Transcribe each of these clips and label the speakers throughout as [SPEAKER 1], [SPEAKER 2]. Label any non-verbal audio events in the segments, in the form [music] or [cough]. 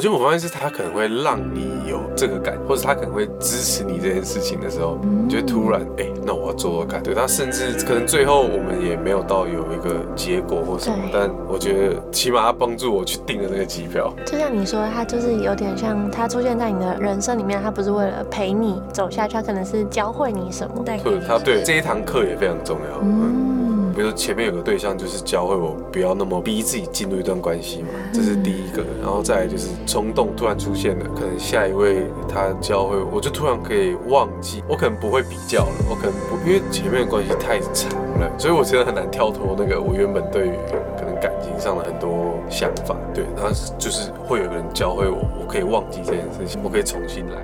[SPEAKER 1] 我觉得某方面是他可能会让你有这个感，或者他可能会支持你这件事情的时候，你就会突然哎、那我要做做看。对，那甚至可能最后我们也没有到有一个结果或什么
[SPEAKER 2] 对，
[SPEAKER 1] 但我觉得起码他帮助我去订了那个机票。
[SPEAKER 2] 就像你说，他就是有点像他出现在你的人生里面，他不是为了陪你走下去，他可能是教会你什么。
[SPEAKER 3] 带给
[SPEAKER 1] 对，
[SPEAKER 3] 你
[SPEAKER 1] 他对这一堂课也非常重要。嗯
[SPEAKER 2] 嗯，
[SPEAKER 1] 比如说前面有个对象，就是教会我不要那么逼自己进入一段关系嘛，这是第一个。然后再来就是冲动突然出现了，可能下一位他教会我，我就突然可以忘记，我可能不会比较了，我可能不因为前面的关系太长了，所以我真的很难跳脱那个我原本对于可能感情上的很多想法。对，然后就是会有个人教会我，我可以忘记这件事情，我可以重新来。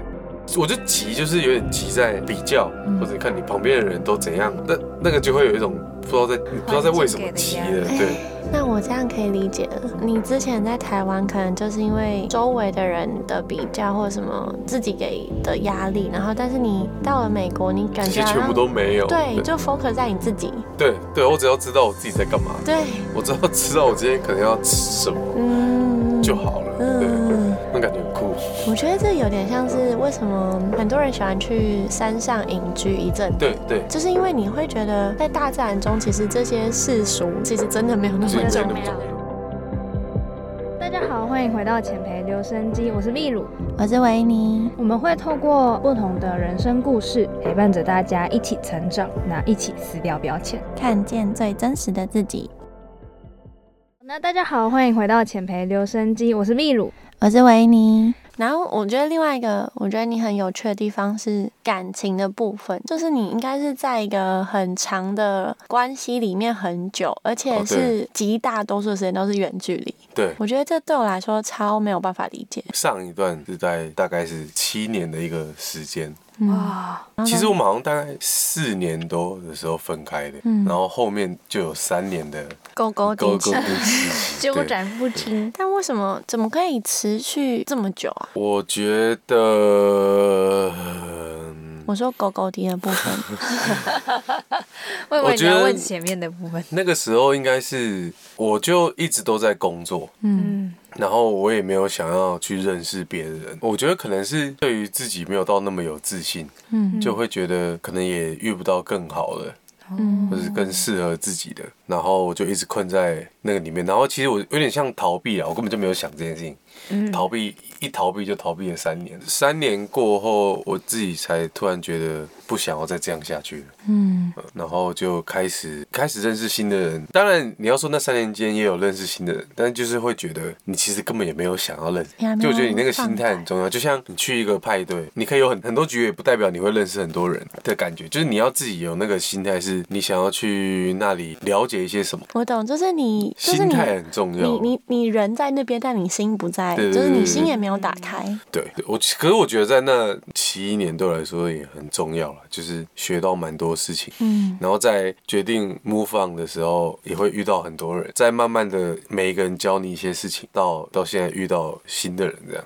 [SPEAKER 1] 我就急，就是有点急在比较，
[SPEAKER 2] 嗯
[SPEAKER 1] 或者看你旁边的人都怎样，那那个就会有一种不知道在不知道在为什么急的，对
[SPEAKER 2] 那我这样可以理解了。你之前在台湾，可能就是因为周围的人的比较或什么自己给的压力，然后但是你到了美国，你 [laughs] 感
[SPEAKER 1] 其
[SPEAKER 2] 觉
[SPEAKER 1] 实
[SPEAKER 2] 好
[SPEAKER 1] 全部
[SPEAKER 2] 像
[SPEAKER 1] 都没有。
[SPEAKER 2] 对，就 focus 在你自己。
[SPEAKER 1] 对对，我只要知道我自己在干嘛，
[SPEAKER 2] 对，
[SPEAKER 1] 我只要知道我今天可能要吃什么
[SPEAKER 2] 嗯，
[SPEAKER 1] 就好了，对，
[SPEAKER 2] 嗯，
[SPEAKER 1] 那感觉很酷。
[SPEAKER 2] 我觉得这有点像是为什么很多人喜欢去山上隐居一阵子。
[SPEAKER 1] 对对，
[SPEAKER 2] 就是因为你会觉得在大自然中，其实这些世俗其实真的没有那
[SPEAKER 1] 所以没
[SPEAKER 2] 么
[SPEAKER 1] 有那
[SPEAKER 2] 重
[SPEAKER 1] 么重
[SPEAKER 2] 要。
[SPEAKER 1] 要。
[SPEAKER 4] 大家好，欢迎回到浅培留声机，我是秘鲁。
[SPEAKER 2] [laughs] 我是维尼，
[SPEAKER 4] 我们会透过不同的人生故事，陪伴着大家一起成长，那一起撕掉标签。
[SPEAKER 2] 看见最真实的自己。
[SPEAKER 4] 那大家好，欢迎回到浅培留声机，我是秘鲁。
[SPEAKER 2] 我是维尼。然后我觉得另外一个，我觉得你很有趣的地方是感情的部分，就是你应该是在一个很长的关系里面很久，而且
[SPEAKER 1] 哦对
[SPEAKER 2] 是极大多数的时间都是远距离。
[SPEAKER 1] 对，
[SPEAKER 2] 我觉得这对我来说超没有办法理解。
[SPEAKER 1] 上一段是在大概是七年的一个时间，
[SPEAKER 2] 嗯哇，
[SPEAKER 4] 哇，
[SPEAKER 2] 然后
[SPEAKER 1] 其实我们好像大概四年多的时候分开的，
[SPEAKER 2] 嗯
[SPEAKER 1] 然后后面就有三年的
[SPEAKER 2] 勾勾
[SPEAKER 1] 勾
[SPEAKER 2] 进
[SPEAKER 1] 勾
[SPEAKER 2] 去 [laughs]
[SPEAKER 1] 跟，实习对
[SPEAKER 3] 不清，
[SPEAKER 2] 但为什么怎么可以持续这么久啊？
[SPEAKER 1] 我觉得，嗯
[SPEAKER 2] 我说狗狗滴的部分，
[SPEAKER 3] 我以
[SPEAKER 1] 我
[SPEAKER 3] 为你
[SPEAKER 1] 觉得
[SPEAKER 3] 要问前面的部分。
[SPEAKER 1] 那个时候应该是我就一直都在工作，
[SPEAKER 2] 嗯，
[SPEAKER 3] 嗯，
[SPEAKER 1] 然后我也没有想要去认识别人。我觉得可能是对于自己没有到那么有自信，
[SPEAKER 2] 嗯
[SPEAKER 1] 就会觉得可能也遇不到更好的。
[SPEAKER 2] 嗯
[SPEAKER 1] 或是更适合自己的，然后我就一直困在那个里面，然后其实我有点像逃避啊，我根本就没有想这件事情，
[SPEAKER 3] 嗯
[SPEAKER 1] 逃避一逃避就逃避了三年，三年过后，我自己才突然觉得不想要再这样下去了，
[SPEAKER 2] 嗯，
[SPEAKER 1] 呃然后就开始开始认识新的人，当然你要说那三年间也有认识新的人，但就是会觉得你其实根本也没有想要认识
[SPEAKER 2] 也还，没有
[SPEAKER 1] 就我觉得你那个心态
[SPEAKER 2] 放开
[SPEAKER 1] 很重要，就像你去一个派对，你可以有很很多局，也不代表你会认识很多人的感觉，就是你要自己有那个心态，是你想要去那里了解一些什么，
[SPEAKER 2] 我懂，就是你，就是
[SPEAKER 1] 心
[SPEAKER 2] 你，
[SPEAKER 1] 态很重要。
[SPEAKER 2] 你你你人在那边，但你心不在，
[SPEAKER 1] 对对
[SPEAKER 2] 就是
[SPEAKER 1] 对
[SPEAKER 2] 你
[SPEAKER 1] 对
[SPEAKER 2] 心
[SPEAKER 1] 对
[SPEAKER 2] 也没有打开。
[SPEAKER 1] 对对我，可是我觉得在那七年对我来说也很重要了，就是学到蛮多事情。
[SPEAKER 2] 嗯，
[SPEAKER 1] 然后在决定 move on 的时候，也会遇到很多人，在慢慢的每一个人教你一些事情，到到现在遇到新的人这样。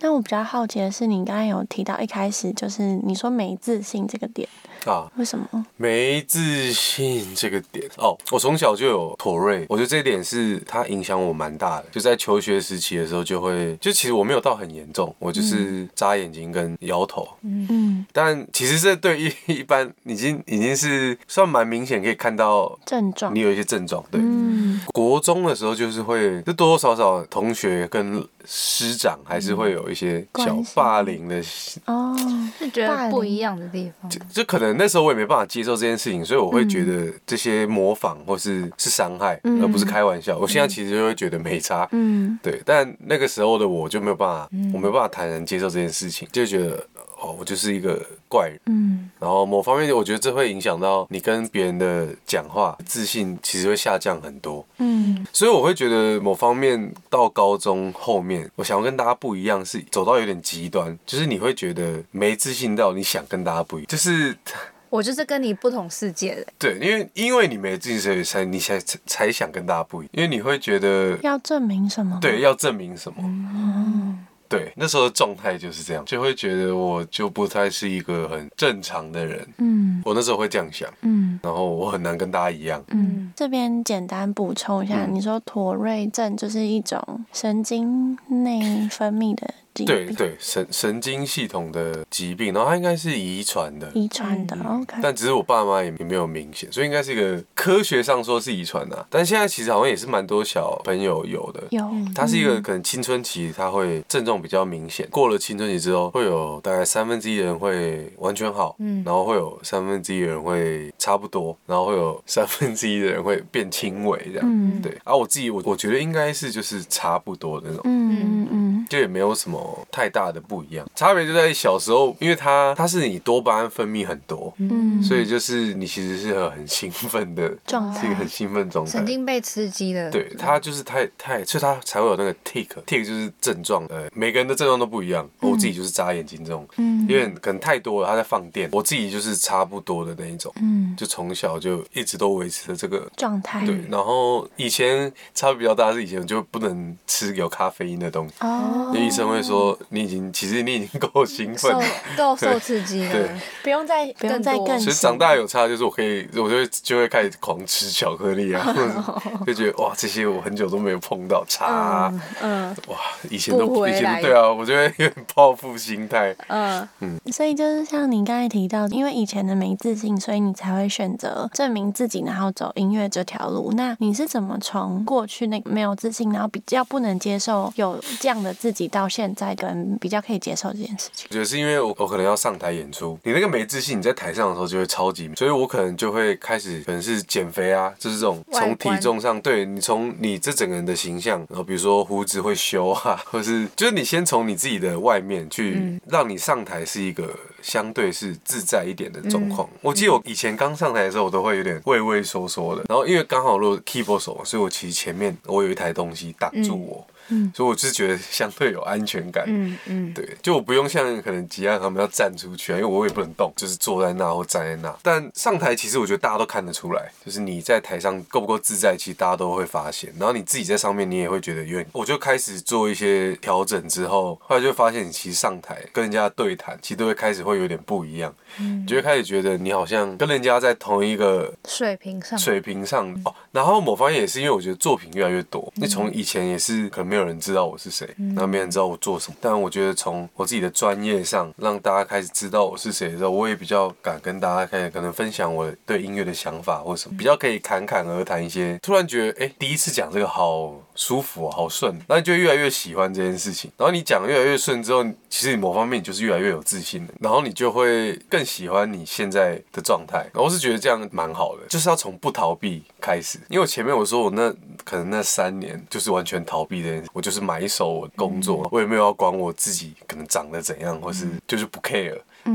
[SPEAKER 2] 那我比较好奇的是，你刚才有提到一开始就是你说没自信这个点，
[SPEAKER 1] 啊，
[SPEAKER 2] 为什么？
[SPEAKER 1] 没自信这个点哦，我从小就有妥瑞，我觉得这一点是它影响我蛮大的。就在求学时期的时候，就会就其实我没有到很严重，我就是眨眼睛跟摇头，
[SPEAKER 2] 嗯，
[SPEAKER 1] 但其实这对一一般已经已经是算蛮明显，可以看到
[SPEAKER 2] 症状
[SPEAKER 1] 你。有一些症状。对，
[SPEAKER 2] 嗯
[SPEAKER 1] 国中的时候就是会，就多多少少同学跟师长还是会有一些小
[SPEAKER 2] 关系
[SPEAKER 1] 霸凌的，
[SPEAKER 2] 哦，
[SPEAKER 3] 是觉
[SPEAKER 2] 霸凌
[SPEAKER 3] 得不一样的地方。
[SPEAKER 1] 就就可能那时候我也没办法接受这件事情，所以我会觉得这些模仿或是是伤害，
[SPEAKER 2] 嗯
[SPEAKER 1] 而不是开玩笑。我现在其实就会觉得没差，
[SPEAKER 2] 嗯
[SPEAKER 1] 对，但那个时候的我就没有办法，我没有办法坦然接受这件事情，就觉得哦，我就是一个怪人。
[SPEAKER 2] 嗯
[SPEAKER 1] 然后某方面，我觉得这会影响到你跟别人的讲话，自信其实会下降很多。
[SPEAKER 2] 嗯
[SPEAKER 1] 所以我会觉得某方面到高中后面，我想要跟大家不一样，是走到有点极端，就是你会觉得没自信到你想跟大家不一样，就是 [laughs]
[SPEAKER 3] 我就是跟你不同世界的，
[SPEAKER 1] 对，因为因为你没自信，所以才你才才才想跟大家不一样，因为你会觉得
[SPEAKER 2] 要证明什么？哦
[SPEAKER 1] 对，要证明什么。对，那时候的状态就是这样，就会觉得我就不太是一个很正常的人。
[SPEAKER 2] 嗯
[SPEAKER 1] 我那时候会这样想，
[SPEAKER 2] 嗯
[SPEAKER 1] 然后我很难跟大家一样。
[SPEAKER 2] 嗯，这边简单补充一下，
[SPEAKER 1] 嗯
[SPEAKER 2] 你说妥瑞症就是一种神经内分泌的疾
[SPEAKER 1] 对
[SPEAKER 2] 病，
[SPEAKER 1] 对，神神经系统的疾病，然后它应该是遗传的，
[SPEAKER 2] 遗传的。
[SPEAKER 1] 嗯
[SPEAKER 2] OK，
[SPEAKER 1] 但只是我爸妈也也没有明显，所以应该是一个科学上说是遗传的啊。但现在其实好像也是蛮多小朋友有的。
[SPEAKER 2] 有嗯
[SPEAKER 1] 它是一个可能青春期，它会症状比较明显。过了青春期之后，会有大概三分之一的人会完全好，
[SPEAKER 3] 嗯
[SPEAKER 1] 然后会有三分之一的人会差不多，然后会有三分之一的人会变轻微这样。
[SPEAKER 2] 嗯
[SPEAKER 1] 对，啊，我自己我我觉得应该是就是差不多的那种。
[SPEAKER 2] 嗯嗯嗯
[SPEAKER 1] 就也没有什么太大的不一样，差别就在小时候，因为它它是你多巴胺分泌很多，
[SPEAKER 2] 嗯，
[SPEAKER 1] 所以就是你其实是很很兴奋的，
[SPEAKER 2] 状
[SPEAKER 1] 是一个很
[SPEAKER 2] 态
[SPEAKER 1] 兴奋状态
[SPEAKER 3] 神。经被刺激了。
[SPEAKER 1] 对，它就是太太，所以它才会有那个 tick，tick 就是症状，呃，每个人的症状都不一样。我自己就是眨眼睛这种，
[SPEAKER 2] 嗯
[SPEAKER 1] 因为可能太多了，它在放电。我自己就是差不多的那一种，
[SPEAKER 2] 嗯
[SPEAKER 1] 就从小就一直都维持着这个。
[SPEAKER 2] 状态
[SPEAKER 1] 对，然后以前差别比较大是以前我就不能吃有咖啡因的东西，
[SPEAKER 2] 哦
[SPEAKER 1] 因，为医生会说你已经其实你已经
[SPEAKER 3] 嗯
[SPEAKER 1] 够兴奋
[SPEAKER 3] 受
[SPEAKER 1] 了，
[SPEAKER 3] 够受刺激
[SPEAKER 1] 对
[SPEAKER 3] 了。
[SPEAKER 2] 不用再不用再
[SPEAKER 3] 更多
[SPEAKER 2] 更
[SPEAKER 1] 所以
[SPEAKER 2] 新
[SPEAKER 1] 长大有差，就是我可以，我就会就会开始狂吃巧克力啊，或者 [laughs] 就觉得哇，这些我很久都没有碰到茶啊、
[SPEAKER 3] 哦嗯
[SPEAKER 1] 哇，以前都
[SPEAKER 3] 补回
[SPEAKER 1] 以前
[SPEAKER 3] 来
[SPEAKER 1] 都对啊，我就会有点报复心态，
[SPEAKER 3] 嗯，
[SPEAKER 2] 所以就是像你刚才提到，因为以前的没自信，所以你才会选择证明自己，然后走音乐这条路。那你是怎么从过去那个没有自信，然后比较不能接受有这样的自己，到现在跟比较可以接受这件事情？
[SPEAKER 1] 我觉得是因为我我可能要上台演出，你那个没自信，你在台上的时候就会超级，所以我可能就会开始可能是减肥啊，就是这种
[SPEAKER 3] 外
[SPEAKER 1] 从体
[SPEAKER 3] 观
[SPEAKER 1] 重上，对你从你这整个人的形象，然后比如说胡子会修啊， [laughs] 或是就是你先从你自己的外面
[SPEAKER 3] 嗯
[SPEAKER 1] 去，让你上台是一个相对是自在一点的状
[SPEAKER 3] 嗯
[SPEAKER 1] 况。我记得我以前刚上台的时候，我都会有点畏畏缩缩的，然后因为刚好录 keyboard 手嘛，所以我其实前面我有一台东西挡住我。所以我就是觉得相对有安全感，
[SPEAKER 3] 嗯嗯，
[SPEAKER 1] 对，就我不用像可能吉安他们要站出去啊，因为我也不能动，就是坐在那或站在那。但上台其实我觉得大家都看得出来，就是你在台上够不够自在，其实大家都会发现。然后你自己在上面，你也会觉得有点。我就开始做一些调整之后，后来就发现你其实上台跟人家对谈，其实都会开始会有点不一样，你就会开始觉得你好像跟人家在同一个
[SPEAKER 3] 水平上，
[SPEAKER 1] 水平上哦，然后某方面也是因为我觉得作品越来越多，那从以前也是可能没有人知道我是谁，然后没人知道我做什么，但我觉得从我自己的专业上让大家开始知道我是谁的时候，我也比较敢跟大家开始可能分享我对音乐的想法或什么，比较可以侃侃而谈一些，突然觉得哎，第一次讲这个好舒服哦、好顺，那你就越来越喜欢这件事情，然后你讲得越来越顺之后，其实你某方面你就是越来越有自信了，然后你就会更喜欢你现在的状态。我是觉得这样蛮好的，就是要从不逃避开始。因为我前面我说我那可能那三年就是完全逃避这件事，我就是埋首我工作，
[SPEAKER 2] 嗯
[SPEAKER 1] 我也没有要管我自己可能长得怎样，或是就是不 care，、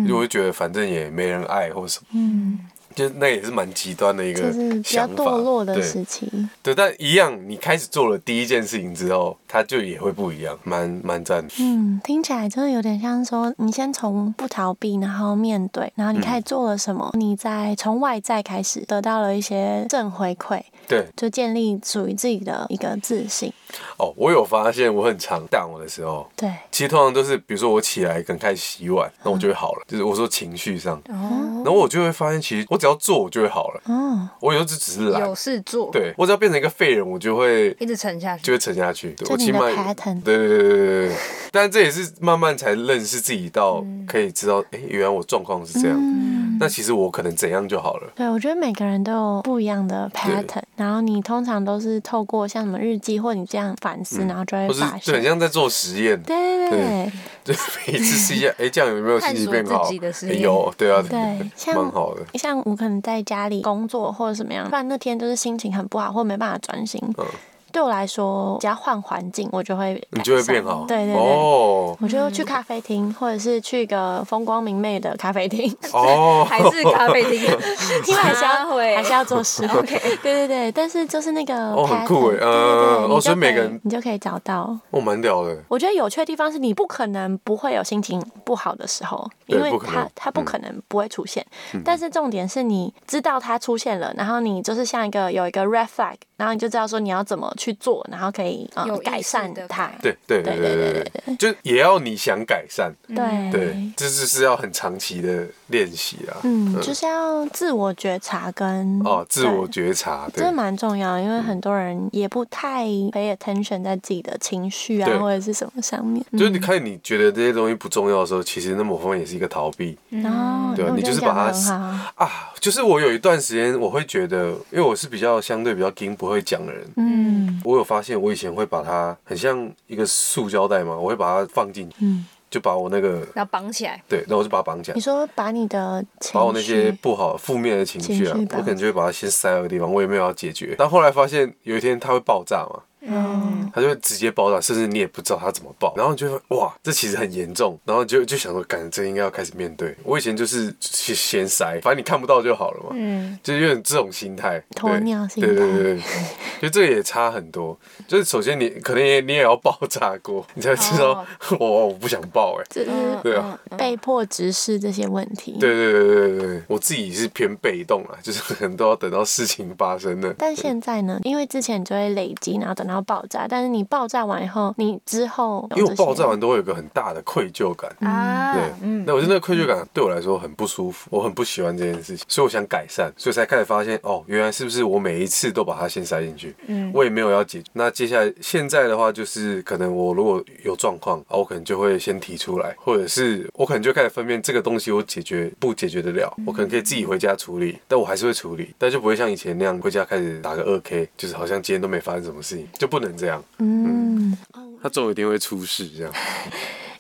[SPEAKER 1] 就我就觉得反正也没人爱或什么，
[SPEAKER 2] 嗯，
[SPEAKER 1] 就那也是蛮极端的一个
[SPEAKER 2] 就是比较
[SPEAKER 1] 想法
[SPEAKER 2] 堕落的
[SPEAKER 1] 对
[SPEAKER 2] 时期。
[SPEAKER 1] 对，但一样，你开始做了第一件事情之后，它就也会不一样，蛮蛮赞的。
[SPEAKER 2] 嗯，听起来真的有点像说，你先从不逃避，然后面对，然后你开始做了什么，你再从外在开始得到了一些正回馈，
[SPEAKER 1] 对，
[SPEAKER 2] 就建立属于自己的一个自信。
[SPEAKER 1] 哦，我有发现，我很常淡我的时候，
[SPEAKER 2] 对，
[SPEAKER 1] 其实通常都是，比如说我起来可能开始洗碗，那我就会
[SPEAKER 2] 嗯
[SPEAKER 1] 好了，就是我说情绪上，
[SPEAKER 3] 哦，
[SPEAKER 1] 然后我就会发现，其实我只要做，我就会好了。
[SPEAKER 2] 哦，
[SPEAKER 1] 我有时候只是懒
[SPEAKER 3] 有，事做，，
[SPEAKER 1] 对我只要变成一个废人，我就会
[SPEAKER 3] 一直沉下去
[SPEAKER 1] 就。会沉下去。对
[SPEAKER 2] 就
[SPEAKER 1] 我
[SPEAKER 2] 你
[SPEAKER 1] 起
[SPEAKER 2] 的
[SPEAKER 1] 码
[SPEAKER 2] pattern
[SPEAKER 1] 对对对对对对
[SPEAKER 2] [laughs]
[SPEAKER 1] 对。但这也是慢慢才认识自己到可以知道，哎、原来我状况是这样。
[SPEAKER 2] 嗯，
[SPEAKER 1] 那其实我可能怎样就好了。
[SPEAKER 2] 对，我觉得每个人都有不一样的 pattern，然后你通常都是透过像什么日记或你这样反思，然后就会
[SPEAKER 1] 嗯或是
[SPEAKER 2] 发
[SPEAKER 1] 就很
[SPEAKER 2] 现。
[SPEAKER 1] 像在做实验，
[SPEAKER 2] 对对对
[SPEAKER 1] [laughs] 就每次试一下，哎、这样有没有心情变
[SPEAKER 3] 探
[SPEAKER 1] 好？
[SPEAKER 3] 索自己的实验
[SPEAKER 1] 诶有，对啊，对
[SPEAKER 2] 对，
[SPEAKER 1] 蛮
[SPEAKER 2] 像
[SPEAKER 1] 好的。
[SPEAKER 2] 像我可能在家里工作或者什么样，不然那天就是心情很不好或没办法专心。
[SPEAKER 1] 嗯
[SPEAKER 2] 对我来说，只要换环境，我就会
[SPEAKER 1] 你
[SPEAKER 2] 改
[SPEAKER 1] 就会
[SPEAKER 2] 善
[SPEAKER 1] 变好。
[SPEAKER 2] 对对对。
[SPEAKER 1] 哦
[SPEAKER 2] 我就去咖啡厅，或者是去一个风光明媚的咖啡厅，
[SPEAKER 1] 哦， [laughs]
[SPEAKER 3] 还是咖啡厅，
[SPEAKER 2] 因为还是
[SPEAKER 3] 茶
[SPEAKER 2] 要
[SPEAKER 3] 会
[SPEAKER 2] 还是要做
[SPEAKER 3] [laughs]
[SPEAKER 2] 事。OK，对对对，但是就是那个
[SPEAKER 1] 哦很
[SPEAKER 2] pattern，
[SPEAKER 1] 酷欸
[SPEAKER 2] 对对
[SPEAKER 1] 嗯
[SPEAKER 2] 对，你
[SPEAKER 1] 哦所以
[SPEAKER 2] 就
[SPEAKER 1] 每
[SPEAKER 2] 可
[SPEAKER 1] 个
[SPEAKER 2] 以
[SPEAKER 1] 人
[SPEAKER 2] 你就可以找到。
[SPEAKER 1] 哦，蛮屌的。
[SPEAKER 2] 我觉得有趣的地方是你不可能不会有心情不好的时候，
[SPEAKER 1] 对
[SPEAKER 2] 因为
[SPEAKER 1] 不可
[SPEAKER 2] 它
[SPEAKER 1] 能嗯
[SPEAKER 2] 它不可能不会出现。但是重点是你知道它出现了，然后你就是像一个有一个 red flag，然后你就知道说你要怎么去做，然后可以呃
[SPEAKER 3] 有意识地
[SPEAKER 2] 改善它。
[SPEAKER 3] 改
[SPEAKER 1] 对对对
[SPEAKER 2] 对
[SPEAKER 1] 对
[SPEAKER 2] 对对
[SPEAKER 1] 对对，就也要你想改善，
[SPEAKER 3] 嗯
[SPEAKER 2] 对
[SPEAKER 1] 对，这就是要很长期的练习啊。
[SPEAKER 2] 嗯，就是要自我觉察跟
[SPEAKER 1] 哦，自我
[SPEAKER 2] 对
[SPEAKER 1] 觉察，对嗯
[SPEAKER 2] 这蛮重要，因为很多人也不太 pay attention 在自己的情绪啊
[SPEAKER 1] 对
[SPEAKER 2] 或者是什么上面。嗯哦
[SPEAKER 1] 就是你看，你觉得这些东西不重要的时候，其实那某方面也是一个逃避
[SPEAKER 2] 嗯，哦，
[SPEAKER 1] 对啊
[SPEAKER 2] 我
[SPEAKER 1] 你
[SPEAKER 2] 觉
[SPEAKER 1] 就
[SPEAKER 2] 得
[SPEAKER 1] 是
[SPEAKER 2] 讲
[SPEAKER 1] 把
[SPEAKER 2] 得
[SPEAKER 1] 它
[SPEAKER 2] 很好，
[SPEAKER 1] 啊。就是我有一段时间，我会觉得，因为我是比较相对比较硬不会讲的人，
[SPEAKER 2] 嗯
[SPEAKER 1] 我有发现，我以前会把它很像一个塑胶袋嘛，我会把它放进去，
[SPEAKER 2] 嗯。
[SPEAKER 1] 就把我那个
[SPEAKER 3] 然后绑起来，
[SPEAKER 1] 对，然后我就把它绑起来
[SPEAKER 2] 你，说把你的情
[SPEAKER 1] 把我那些
[SPEAKER 2] 绪，
[SPEAKER 1] 不好负面的情绪啊
[SPEAKER 2] 情绪，绑
[SPEAKER 1] 我可能就会把它先塞到一个地方，我也没有要解决。但后来发现有一天它会爆炸嘛，
[SPEAKER 2] 嗯，
[SPEAKER 1] 它就会直接爆炸，甚至你也不知道它怎么爆，然后你就会哇，这其实很严重，然后就就想说，感这应该要开始面对。我以前就是先先塞，反正你看不到就好了嘛，
[SPEAKER 3] 嗯，
[SPEAKER 1] 就有点这种心态，对
[SPEAKER 2] [laughs] 鸵鸟心态
[SPEAKER 1] 对对对
[SPEAKER 2] [laughs]
[SPEAKER 1] 对，就这个也差很多。就是首先你可能也你也要爆炸过，你才会知道
[SPEAKER 3] 哦
[SPEAKER 1] [laughs] 我、我不想爆哎、欸
[SPEAKER 2] 这
[SPEAKER 3] 嗯
[SPEAKER 2] 是
[SPEAKER 1] 对啊，
[SPEAKER 2] 被迫直视这些问题。
[SPEAKER 1] 对对对对对对，我自己是偏被动啦，就是可能都要等到事情发生了。
[SPEAKER 2] 但现在呢，因为之前你就会累积，然后等到爆炸，但是你爆炸完以后，你之后有
[SPEAKER 1] 因为我
[SPEAKER 2] 这些
[SPEAKER 1] 爆炸完都会有一个很大的愧疚感，
[SPEAKER 2] 嗯
[SPEAKER 3] 啊
[SPEAKER 1] 对，，那我觉得那个愧疚感对我来说很不舒服，我很不喜欢这件事情，所以我想改善，所以才开始发现哦，原来是不是我每一次都把它先塞进去，嗯，我也没有要解决。那接下来现在的话，就是可能我如果有状况啊，我可能就会先提出来，或者是我可能就开始分辨这个东西我解决不解决得了，
[SPEAKER 2] 嗯
[SPEAKER 1] 我可能可以自己回家处理，但我还是会处理，但就不会像以前那样回家开始打个二 K，就是好像今天都没发生什么事情，就不能这样，
[SPEAKER 2] 嗯，
[SPEAKER 1] 他总有一天会出事这样。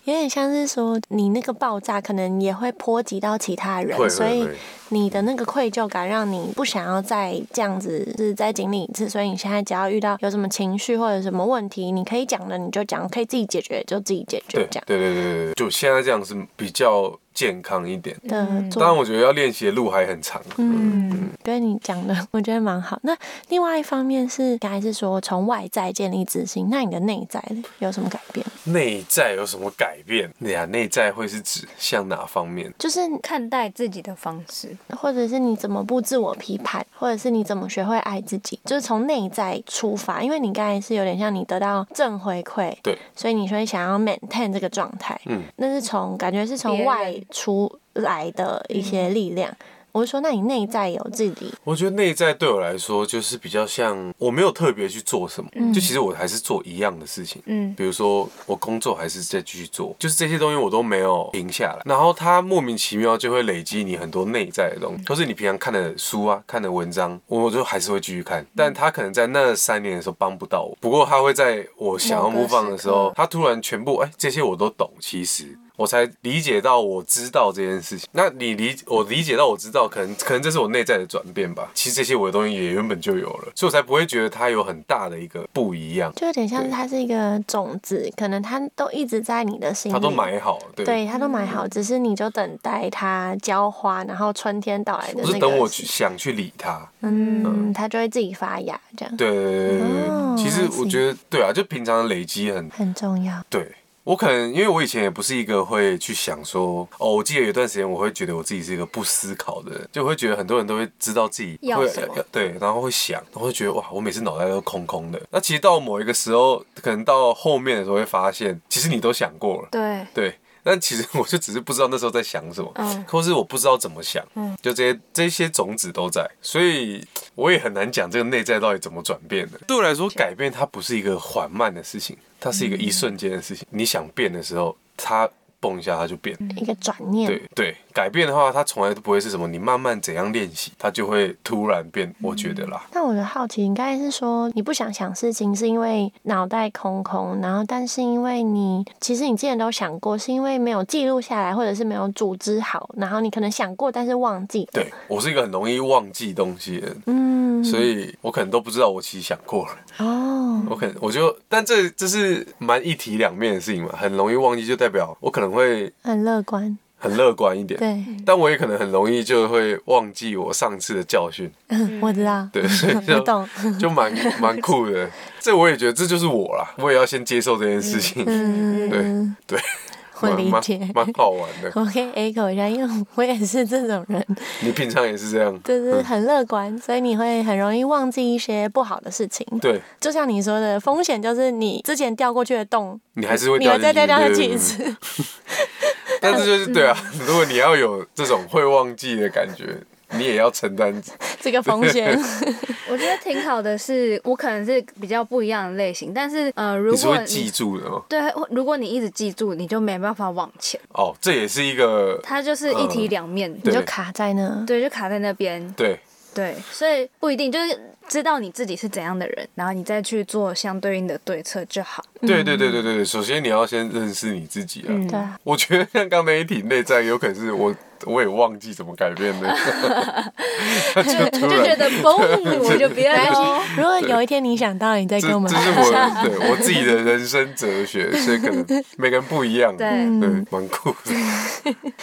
[SPEAKER 2] 有点像是说你那个爆炸可能也会波及到其他人，
[SPEAKER 1] 会会
[SPEAKER 2] 所以
[SPEAKER 1] 会
[SPEAKER 2] 你的那个愧疚感让你不想要再这样子是再经历一次，所以你现在只要遇到有什么情绪或者什么问题，你可以讲的你就讲，可以自己解决就自己解
[SPEAKER 1] 对
[SPEAKER 2] 决
[SPEAKER 1] 对
[SPEAKER 2] 这样
[SPEAKER 1] 对对对对，就现在这样是比较健康一点。
[SPEAKER 2] 的
[SPEAKER 1] 当然，
[SPEAKER 2] 做。
[SPEAKER 1] 我觉得要练习的路还很长。
[SPEAKER 2] 嗯，对你讲的，我觉得蛮好。那另外一方面是，刚才是说从外在建立自信，那你的内在嘞有什么改变？
[SPEAKER 1] 内在有什么改变？哎呀，内在会是指向哪方面？
[SPEAKER 2] 就是
[SPEAKER 3] 看待自己的方式，
[SPEAKER 2] 或者是你怎么不自我批判，或者是你怎么学会爱自己，就是从内在出发。因为你刚才是有点像你得到正回馈，
[SPEAKER 1] 对，
[SPEAKER 2] 所以你会想要 maintain 这个状态。
[SPEAKER 1] 嗯，
[SPEAKER 2] 那是从感觉是
[SPEAKER 3] 别
[SPEAKER 2] 从
[SPEAKER 3] 人
[SPEAKER 2] 外出来的一些力量。我是说，那你内在有自己，
[SPEAKER 1] 我觉得内在对我来说就是比较像，我没有特别去做什么，就其实我还是做一样的事情。
[SPEAKER 3] 嗯，
[SPEAKER 1] 比如说我工作还是在继续做，就是这些东西我都没有停下来，然后它莫名其妙就会累积你很多内在的东西，或是你平常看的书啊、看的文章，我就还是会继续看，但它可能在那三年的时候帮不到我，不过它会在我想要
[SPEAKER 3] 某个
[SPEAKER 1] move on 的时候
[SPEAKER 3] 时刻，
[SPEAKER 1] 它突然全部哎、这些我都懂，其实。我才理解到我知道这件事情。那你理我理解到我知道，可能可能这是我内在的转变吧。其实这些我的东西也原本就有了，所以我才不会觉得它有很大的一个不一样。
[SPEAKER 2] 就有点像是
[SPEAKER 1] 对
[SPEAKER 2] 它是一个种子，可能它都一直在你的心里，
[SPEAKER 1] 它都埋好，对。
[SPEAKER 2] 对，它都埋好，只是你就等待它浇花，然后春天到来
[SPEAKER 1] 不
[SPEAKER 2] 的那个
[SPEAKER 1] 是
[SPEAKER 2] 时，
[SPEAKER 1] 等我去想去理它。
[SPEAKER 2] 嗯，它就会自己发芽，这样
[SPEAKER 1] 对对对对对
[SPEAKER 2] 哦
[SPEAKER 1] 对，其实
[SPEAKER 2] I see
[SPEAKER 1] 我觉得对啊，就平常的累积很
[SPEAKER 2] 很重要。
[SPEAKER 1] 对。我可能因为我以前也不是一个会去想说，哦，我记得有一段时间我会觉得我自己是一个不思考的人，就会觉得很多人都会知道自己
[SPEAKER 3] 要
[SPEAKER 1] 会
[SPEAKER 3] 什么
[SPEAKER 1] 对，然后会想，然后会觉得哇，我每次脑袋都空空的。那其实到某一个时候，可能到后面的时候会发现，其实你都想过了，
[SPEAKER 3] 对，
[SPEAKER 1] 对，但其实我就只是不知道那时候在想什么，
[SPEAKER 3] 嗯
[SPEAKER 1] 或是我不知道怎么想，就这些这些种子都在，所以我也很难讲这个内在到底怎么转变的。对我来说，改变它不是一个缓慢的事情，它是一个一瞬间的事情。你想变的时候，它蹦一下它就变。
[SPEAKER 2] 一个转念
[SPEAKER 1] 对，对，改变的话，它从来都不会是什么你慢慢怎样练习，它就会突然变。我觉得啦，
[SPEAKER 2] 那我的好奇，你刚才是说你不想想事情，是因为脑袋空空，然后但是因为你其实你之前都想过，是因为没有记录下来，或者是没有组织好，然后你可能想过，但是忘记。
[SPEAKER 1] 对我是一个很容易忘记东西的人，
[SPEAKER 2] 嗯，
[SPEAKER 1] 所以我可能都不知道我其实想过了。
[SPEAKER 2] 哦，
[SPEAKER 1] 我可能我就，但这这是蛮一体两面的事情嘛，很容易忘记，就代表我可能会
[SPEAKER 2] 很乐观，
[SPEAKER 1] 很乐观一点，
[SPEAKER 2] 对，
[SPEAKER 1] 但我也可能很容易就会忘记我上次的教训，
[SPEAKER 2] 我知道， [laughs]
[SPEAKER 1] 对，所以
[SPEAKER 2] 我
[SPEAKER 1] 就
[SPEAKER 2] 懂，
[SPEAKER 1] 就蛮蛮酷的。这我也觉得这就是我啦，我也要先接受这件事情。
[SPEAKER 2] 嗯，
[SPEAKER 1] 对对， [laughs]
[SPEAKER 2] 我理
[SPEAKER 1] 蛮
[SPEAKER 2] 解。
[SPEAKER 1] 蛮蛮好玩的
[SPEAKER 2] 我可以 echo 一下，因为我也是这种人，
[SPEAKER 1] 你平常也是这样，
[SPEAKER 2] 就是很乐观，所以你会很容易忘记一些不好的事情。
[SPEAKER 1] 对
[SPEAKER 2] 就像你说的，风险就是你之前掉过去的洞，
[SPEAKER 1] 你还是会
[SPEAKER 2] 你还
[SPEAKER 1] 掉进
[SPEAKER 2] 再
[SPEAKER 1] 去。
[SPEAKER 2] 掉下去一
[SPEAKER 1] 对
[SPEAKER 2] 次。
[SPEAKER 1] 但是就是对啊，如果你要有这种会忘记的感觉，你也要承担。
[SPEAKER 2] [laughs] 这个风
[SPEAKER 1] [laughs]
[SPEAKER 2] 险。
[SPEAKER 3] 我觉得挺好的是，我可能是比较不一样的类型，但是呃，如
[SPEAKER 1] 你是
[SPEAKER 3] 果
[SPEAKER 1] 会记住的哦。
[SPEAKER 3] 对，如果你一直记住，你就没办法往前，
[SPEAKER 1] 哦，这也是一个
[SPEAKER 3] 它就是一体两面。
[SPEAKER 2] 你
[SPEAKER 1] 嗯对
[SPEAKER 2] 就卡在那。
[SPEAKER 3] 对，就卡在那边。
[SPEAKER 1] 对
[SPEAKER 3] 对，所以不一定就是知道你自己是怎样的人，然后你再去做相对应的对策就好。
[SPEAKER 1] 对对对对对对。首先你要先认识你自己啊。
[SPEAKER 3] 嗯
[SPEAKER 2] 对啊，
[SPEAKER 1] 我觉得像刚那一题内在，有可能是我我也忘记怎么改变的，
[SPEAKER 3] [laughs]
[SPEAKER 1] 就突
[SPEAKER 3] 就觉
[SPEAKER 1] 然。 [laughs]
[SPEAKER 3] 得嘣，我就不哦要
[SPEAKER 2] 来哦
[SPEAKER 3] 喽。
[SPEAKER 2] 如果有一天你想到，你再
[SPEAKER 1] 嗯这这
[SPEAKER 2] 跟
[SPEAKER 1] 是
[SPEAKER 2] 我们分享。
[SPEAKER 1] 我对我自己的人生哲学，所以可能每个人不一样。
[SPEAKER 3] 对
[SPEAKER 1] 对，蛮酷的。
[SPEAKER 2] 嗯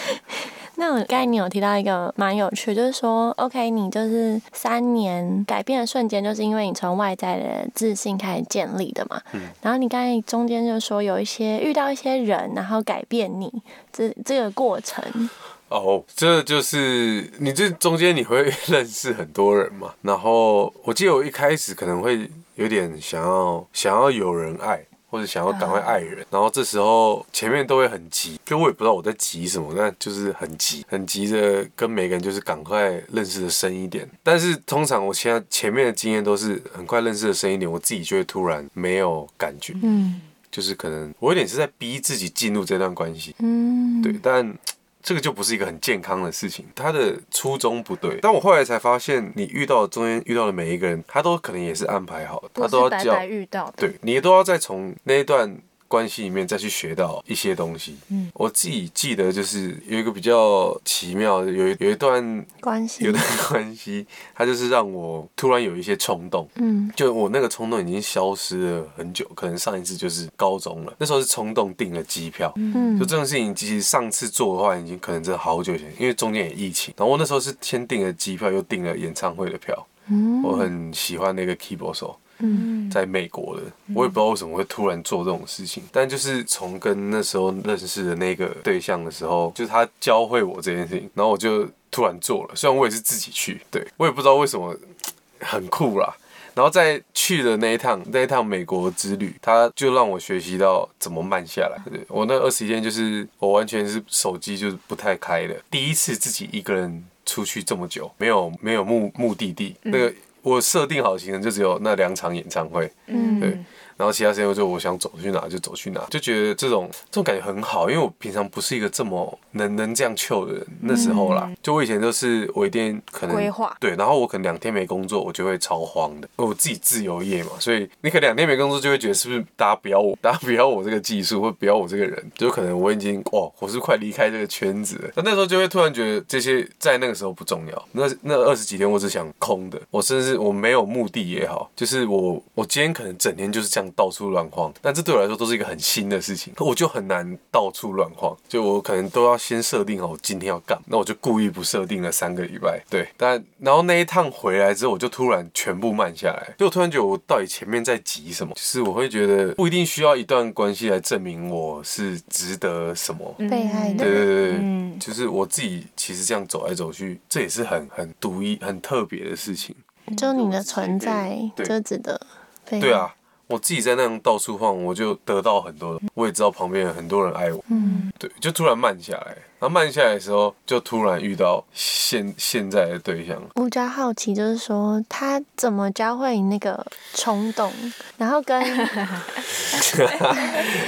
[SPEAKER 2] 那我刚才你有提到一个蛮有趣，就是说，OK，你就是三年改变的瞬间，就是因为你从外在的自信开始建立的嘛。
[SPEAKER 1] 嗯
[SPEAKER 2] 然后你刚才中间就说有一些遇到一些人，然后改变你这这个过程。
[SPEAKER 1] 哦，这就是你这中间你会认识很多人嘛。 [laughs] 然后我记得我一开始可能会有点想要想要有人爱，或者想要赶快爱人。然后这时候前面都会很急，就我也不知道我在急什么，但就是很急，很急着跟每个人就是赶快认识的深一点。但是通常我现在前面的经验都是很快认识的深一点，我自己就会突然没有感觉，
[SPEAKER 2] 嗯
[SPEAKER 1] 就是可能我有点是在逼自己进入这段关系。
[SPEAKER 2] 嗯，
[SPEAKER 1] 对，但这个就不是一个很健康的事情，他的初衷不对。但我后来才发现，你遇到中间遇到的每一个人，他都可能也是安排好的，他
[SPEAKER 3] 不
[SPEAKER 1] 都
[SPEAKER 3] 是
[SPEAKER 1] 要
[SPEAKER 3] 白
[SPEAKER 1] 叫，
[SPEAKER 3] 白遇到的。
[SPEAKER 1] 对你都要再从那一段。关系里面再去学到一些东西。嗯，我自己记得就是有一个比较奇妙的，有一有一段
[SPEAKER 2] 关
[SPEAKER 1] 有
[SPEAKER 2] 系
[SPEAKER 1] 一。段关系，它就是让我突然有一些冲动，
[SPEAKER 2] 嗯
[SPEAKER 1] 就我那个冲动已经消失了很久，可能上一次就是高中了，那时候是冲动订了机票，就
[SPEAKER 2] 嗯
[SPEAKER 1] 这种事情，其实上次做的话，已经可能真的好久以前，因为中间也疫情。然后我那时候是先订了机票，又订了演唱会的票。
[SPEAKER 2] 嗯
[SPEAKER 1] 我很喜欢那个 keyboard 手，
[SPEAKER 2] 嗯
[SPEAKER 1] 在美国的，我也不知道为什么会突然做这种事情。但就是从跟那时候认识的那个对象的时候，就是他教会我这件事情，然后我就突然做了。虽然我也是自己去，对我也不知道为什么很酷啦。然后在去的那一趟那一趟美国之旅，他就让我学习到怎么慢下来。对我那二十一天就是我完全是手机就是不太开的，第一次自己一个人出去这么久，没有没有目目的地，那个我设定好的行程就只有那两场演唱会，对
[SPEAKER 3] 嗯，
[SPEAKER 1] 然后其他时间我就我想走去哪就走去哪，就觉得这种这种感觉很好，因为我平常不是一个这么能能这样 chill 的人，那时候啦，就我以前都是我一定可能
[SPEAKER 3] 嗯规划
[SPEAKER 1] 对，然后我可能两天没工作，我就会超慌的，因为我自己自由业嘛，所以你可能两天没工作就会觉得是不是大家不要我，大家不要我这个技术或不要我这个人，就可能我已经哦，我是快离开这个圈子了，那那时候就会突然觉得这些在那个时候不重要，那那二十几天我只想空的，我甚至我没有目的也好，就是我我今天可能整天就是这样到处乱晃，但这对我来说都是一个很新的事情，我就很难到处乱晃，就我可能都要先设定好我今天要干嘛，那我就故意不设定了三个礼拜，对，但然后那一趟回来之后，我就突然全部慢下来，就我突然觉得我到底前面在急什么，就是我会觉得不一定需要一段关系来证明我是值得什么，
[SPEAKER 2] 被爱的
[SPEAKER 1] 对对对对，
[SPEAKER 3] 嗯
[SPEAKER 1] 就是我自己其实这样走来走去，这也是很很独一、很特别的事情。
[SPEAKER 3] 嗯
[SPEAKER 2] 就你的存在
[SPEAKER 1] 对
[SPEAKER 2] 就值得被
[SPEAKER 1] 对啊，我自己在那样到处晃，我就得到很多，我也知道旁边有很多人爱我，
[SPEAKER 2] 嗯
[SPEAKER 1] 对，就突然慢下来。然后慢下来的时候，就突然遇到现现在的对象，
[SPEAKER 2] 我比较好奇，就是说他怎么教会你那个冲动，然
[SPEAKER 1] [laughs]
[SPEAKER 2] 后跟 [laughs]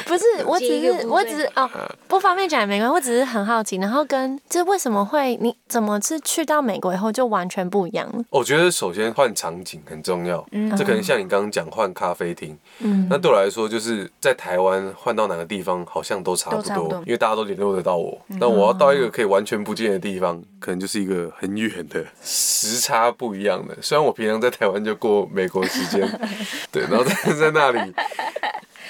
[SPEAKER 2] 不是，我只
[SPEAKER 3] 接一个
[SPEAKER 2] 是
[SPEAKER 3] 不
[SPEAKER 2] 我
[SPEAKER 3] 对
[SPEAKER 2] 只是哦，
[SPEAKER 1] 嗯
[SPEAKER 2] 不方便讲也没关系，我只是很好奇，然后跟就是为什么会你怎么是去到美国以后就完全不一样了？
[SPEAKER 1] 哦我觉得首先换场景很重要，
[SPEAKER 3] 嗯
[SPEAKER 1] 这可能像你刚刚讲换咖啡厅，
[SPEAKER 2] 嗯
[SPEAKER 1] 那对我来说就是在台湾换到哪个地方好像都差不
[SPEAKER 3] 都差不
[SPEAKER 1] 多
[SPEAKER 3] 多，嗯
[SPEAKER 1] 因为大家都联络得到我。那我要到一个可以完全不见的地方，可能就是一个很远的时差不一样的。
[SPEAKER 3] [laughs]
[SPEAKER 1] 虽然我平常在台湾就过美国时间，对，然后在在那里。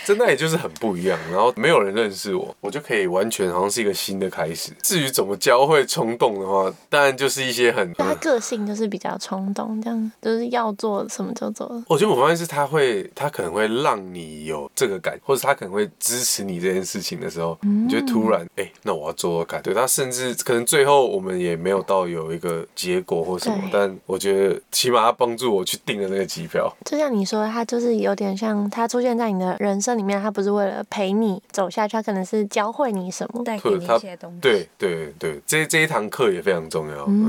[SPEAKER 1] 真的也就是很不一样。然后没有人认识我，我就可以完全好像是一个新的开始。至于怎么教会冲动的话，当然就是一些很……
[SPEAKER 2] 他个性就是比较冲动，这样就是要做什么就做。
[SPEAKER 1] 我觉得我发现是他会，他可能会让你有这个感，或者他可能会支持你这件事情的时候，你就突然哎、那我要做做看。对他，甚至可能最后我们也没有到有一个结果或什么
[SPEAKER 2] 对，
[SPEAKER 1] 但我觉得起码他帮助我去订了那个机票。
[SPEAKER 2] 就像你说，他就是有点像他出现在你的人生里面，他不是为了陪你走下去，他可能是教会你什么。
[SPEAKER 3] 带给
[SPEAKER 1] 或
[SPEAKER 3] 你
[SPEAKER 1] 者他
[SPEAKER 3] 一些东西。，
[SPEAKER 1] 对对对，这这一堂课也非常重要。嗯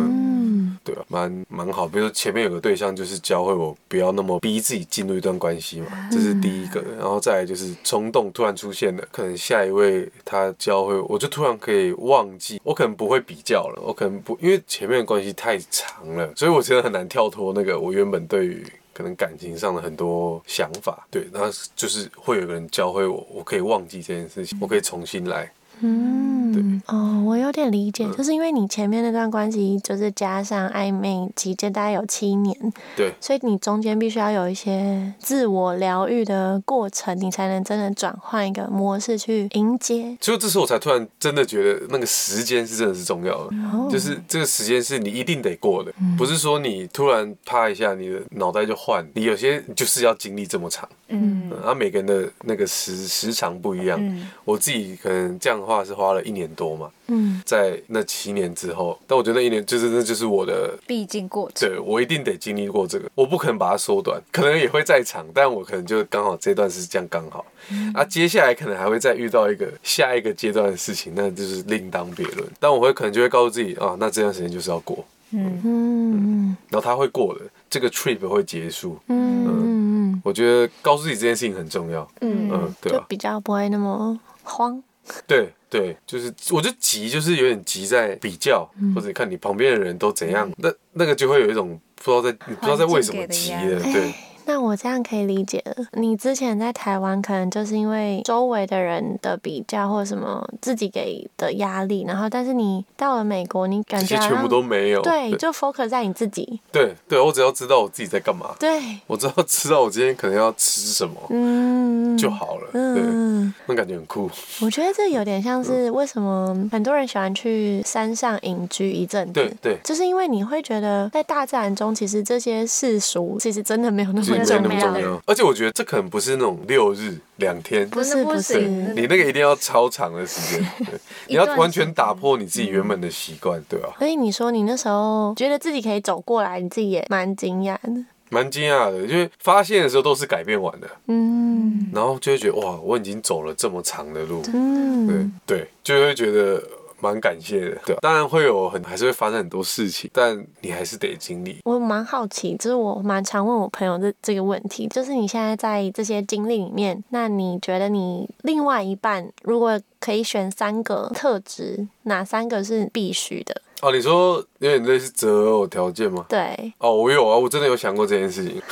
[SPEAKER 2] 嗯，
[SPEAKER 1] 对啊，蛮蛮好。比如说前面有个对象，就是教会我不要那么逼自己进入一段关系嘛，这是第一个。然后再来就是冲动突然出现的，可能下一位他教会我，我就突然可以忘记，我可能不会比较了，我可能不因为前面的关系太长了，所以我真的很难跳脱那个我原本对于。可能感情上的很多想法，对，那就是会有个人教会我，我可以忘记这件事情，我可以重新来。
[SPEAKER 2] 嗯，哦，我有点理解，就是因为你前面那段关系，就是加上暧昧期间，大概有七年，
[SPEAKER 1] 对，
[SPEAKER 2] 所以你中间必须要有一些自我疗愈的过程，你才能真的转换一个模式去迎接。
[SPEAKER 1] 所以这时候我才突然真的觉得那个时间是真的是重要的，
[SPEAKER 2] 哦
[SPEAKER 1] 就是这个时间是你一定得过的，
[SPEAKER 3] 嗯
[SPEAKER 1] 不是说你突然啪一下你的脑袋就换，你有些就是要经历这么长，
[SPEAKER 3] 嗯
[SPEAKER 1] 嗯，啊每个人的那个时时长不一样，
[SPEAKER 3] 嗯
[SPEAKER 1] 我自己可能这样的话是花了一年多嘛，
[SPEAKER 2] 嗯，
[SPEAKER 1] 在那七年之后，但我觉得那一年就是那就是我的
[SPEAKER 3] 必经过程。
[SPEAKER 1] 对我一定得经历过这个，我不可能把它缩短，可能也会再长，但我可能就刚好这段是这样刚好。
[SPEAKER 2] 嗯
[SPEAKER 1] 啊，接下来可能还会再遇到一个下一个阶段的事情，那就是另当别论。但我会可能就会告诉自己啊，那这段时间就是要过，
[SPEAKER 3] 嗯，
[SPEAKER 2] 嗯
[SPEAKER 1] 然后它会过的，这个 trip 会结束。
[SPEAKER 2] 嗯嗯
[SPEAKER 1] 我觉得告诉自己这件事情很重要。
[SPEAKER 2] 嗯
[SPEAKER 1] 嗯，对
[SPEAKER 2] 就
[SPEAKER 1] 吧、
[SPEAKER 2] 比较不会那么慌。
[SPEAKER 1] 对对，就是我就急，就是有点急在比较，
[SPEAKER 2] 嗯
[SPEAKER 1] 或者看你旁边的人都怎样，那那个就会有一种不知道在你不知道在为什么急
[SPEAKER 3] 环境
[SPEAKER 1] 的，
[SPEAKER 3] 给的
[SPEAKER 1] 对
[SPEAKER 2] 哎那我这样可以理解了。你之前在台湾，可能就是因为周围的人的比较或什么自己给的压力，然后但是你到了美国，你 [laughs] 感
[SPEAKER 1] 这些
[SPEAKER 2] 觉好
[SPEAKER 1] 全部
[SPEAKER 2] 像
[SPEAKER 1] 都没有。
[SPEAKER 2] 对，就 focus 在你自己。
[SPEAKER 1] 对对，我只要知道我自己在干嘛，
[SPEAKER 2] 对，
[SPEAKER 1] 我知道知道我今天可能要吃什么
[SPEAKER 2] 嗯，
[SPEAKER 1] 就好了。对，嗯
[SPEAKER 2] 嗯。
[SPEAKER 1] 那感觉很酷。
[SPEAKER 2] 我觉得这有点像是为什么很多人喜欢去山上隐居一阵子，
[SPEAKER 1] 对对
[SPEAKER 2] 就是因为你会觉得在大自然中，其实这些世俗其实真的没有那
[SPEAKER 1] 其实
[SPEAKER 2] 么
[SPEAKER 1] 没那
[SPEAKER 2] 重
[SPEAKER 1] 么
[SPEAKER 2] 要
[SPEAKER 1] 重。要，而且我觉得这可能不是那种六日两天，
[SPEAKER 2] 不是
[SPEAKER 3] 真的不
[SPEAKER 2] 不
[SPEAKER 1] 对 [laughs]
[SPEAKER 3] 行
[SPEAKER 2] 是，
[SPEAKER 1] 你那个一定要超长的时
[SPEAKER 2] [laughs]
[SPEAKER 1] 间，对你要完全打破你自己原本的习惯，对啊吧？
[SPEAKER 2] 所以你说你那时候觉得自己可以走过来，你自己也蛮惊讶的。
[SPEAKER 1] 蛮惊讶的，因为发现的时候都是改变完的，
[SPEAKER 2] 嗯
[SPEAKER 1] 然后就会觉得哇，我已经走了这么长的路，对
[SPEAKER 2] 嗯，
[SPEAKER 1] 对，就会觉得蛮感谢的。对，啊当然会有很还是会发生很多事情，但你还是得经历。
[SPEAKER 2] 我蛮好奇，就是我蛮常问我朋友这这个问题，就是你现在在这些经历里面，那你觉得你另外一半如果可以选三个特质，哪三个是必须的？
[SPEAKER 1] 哦，你说有点类似择偶条件吗？
[SPEAKER 2] 对，
[SPEAKER 1] 哦，我有啊，我真的有想过这件事情。 [laughs]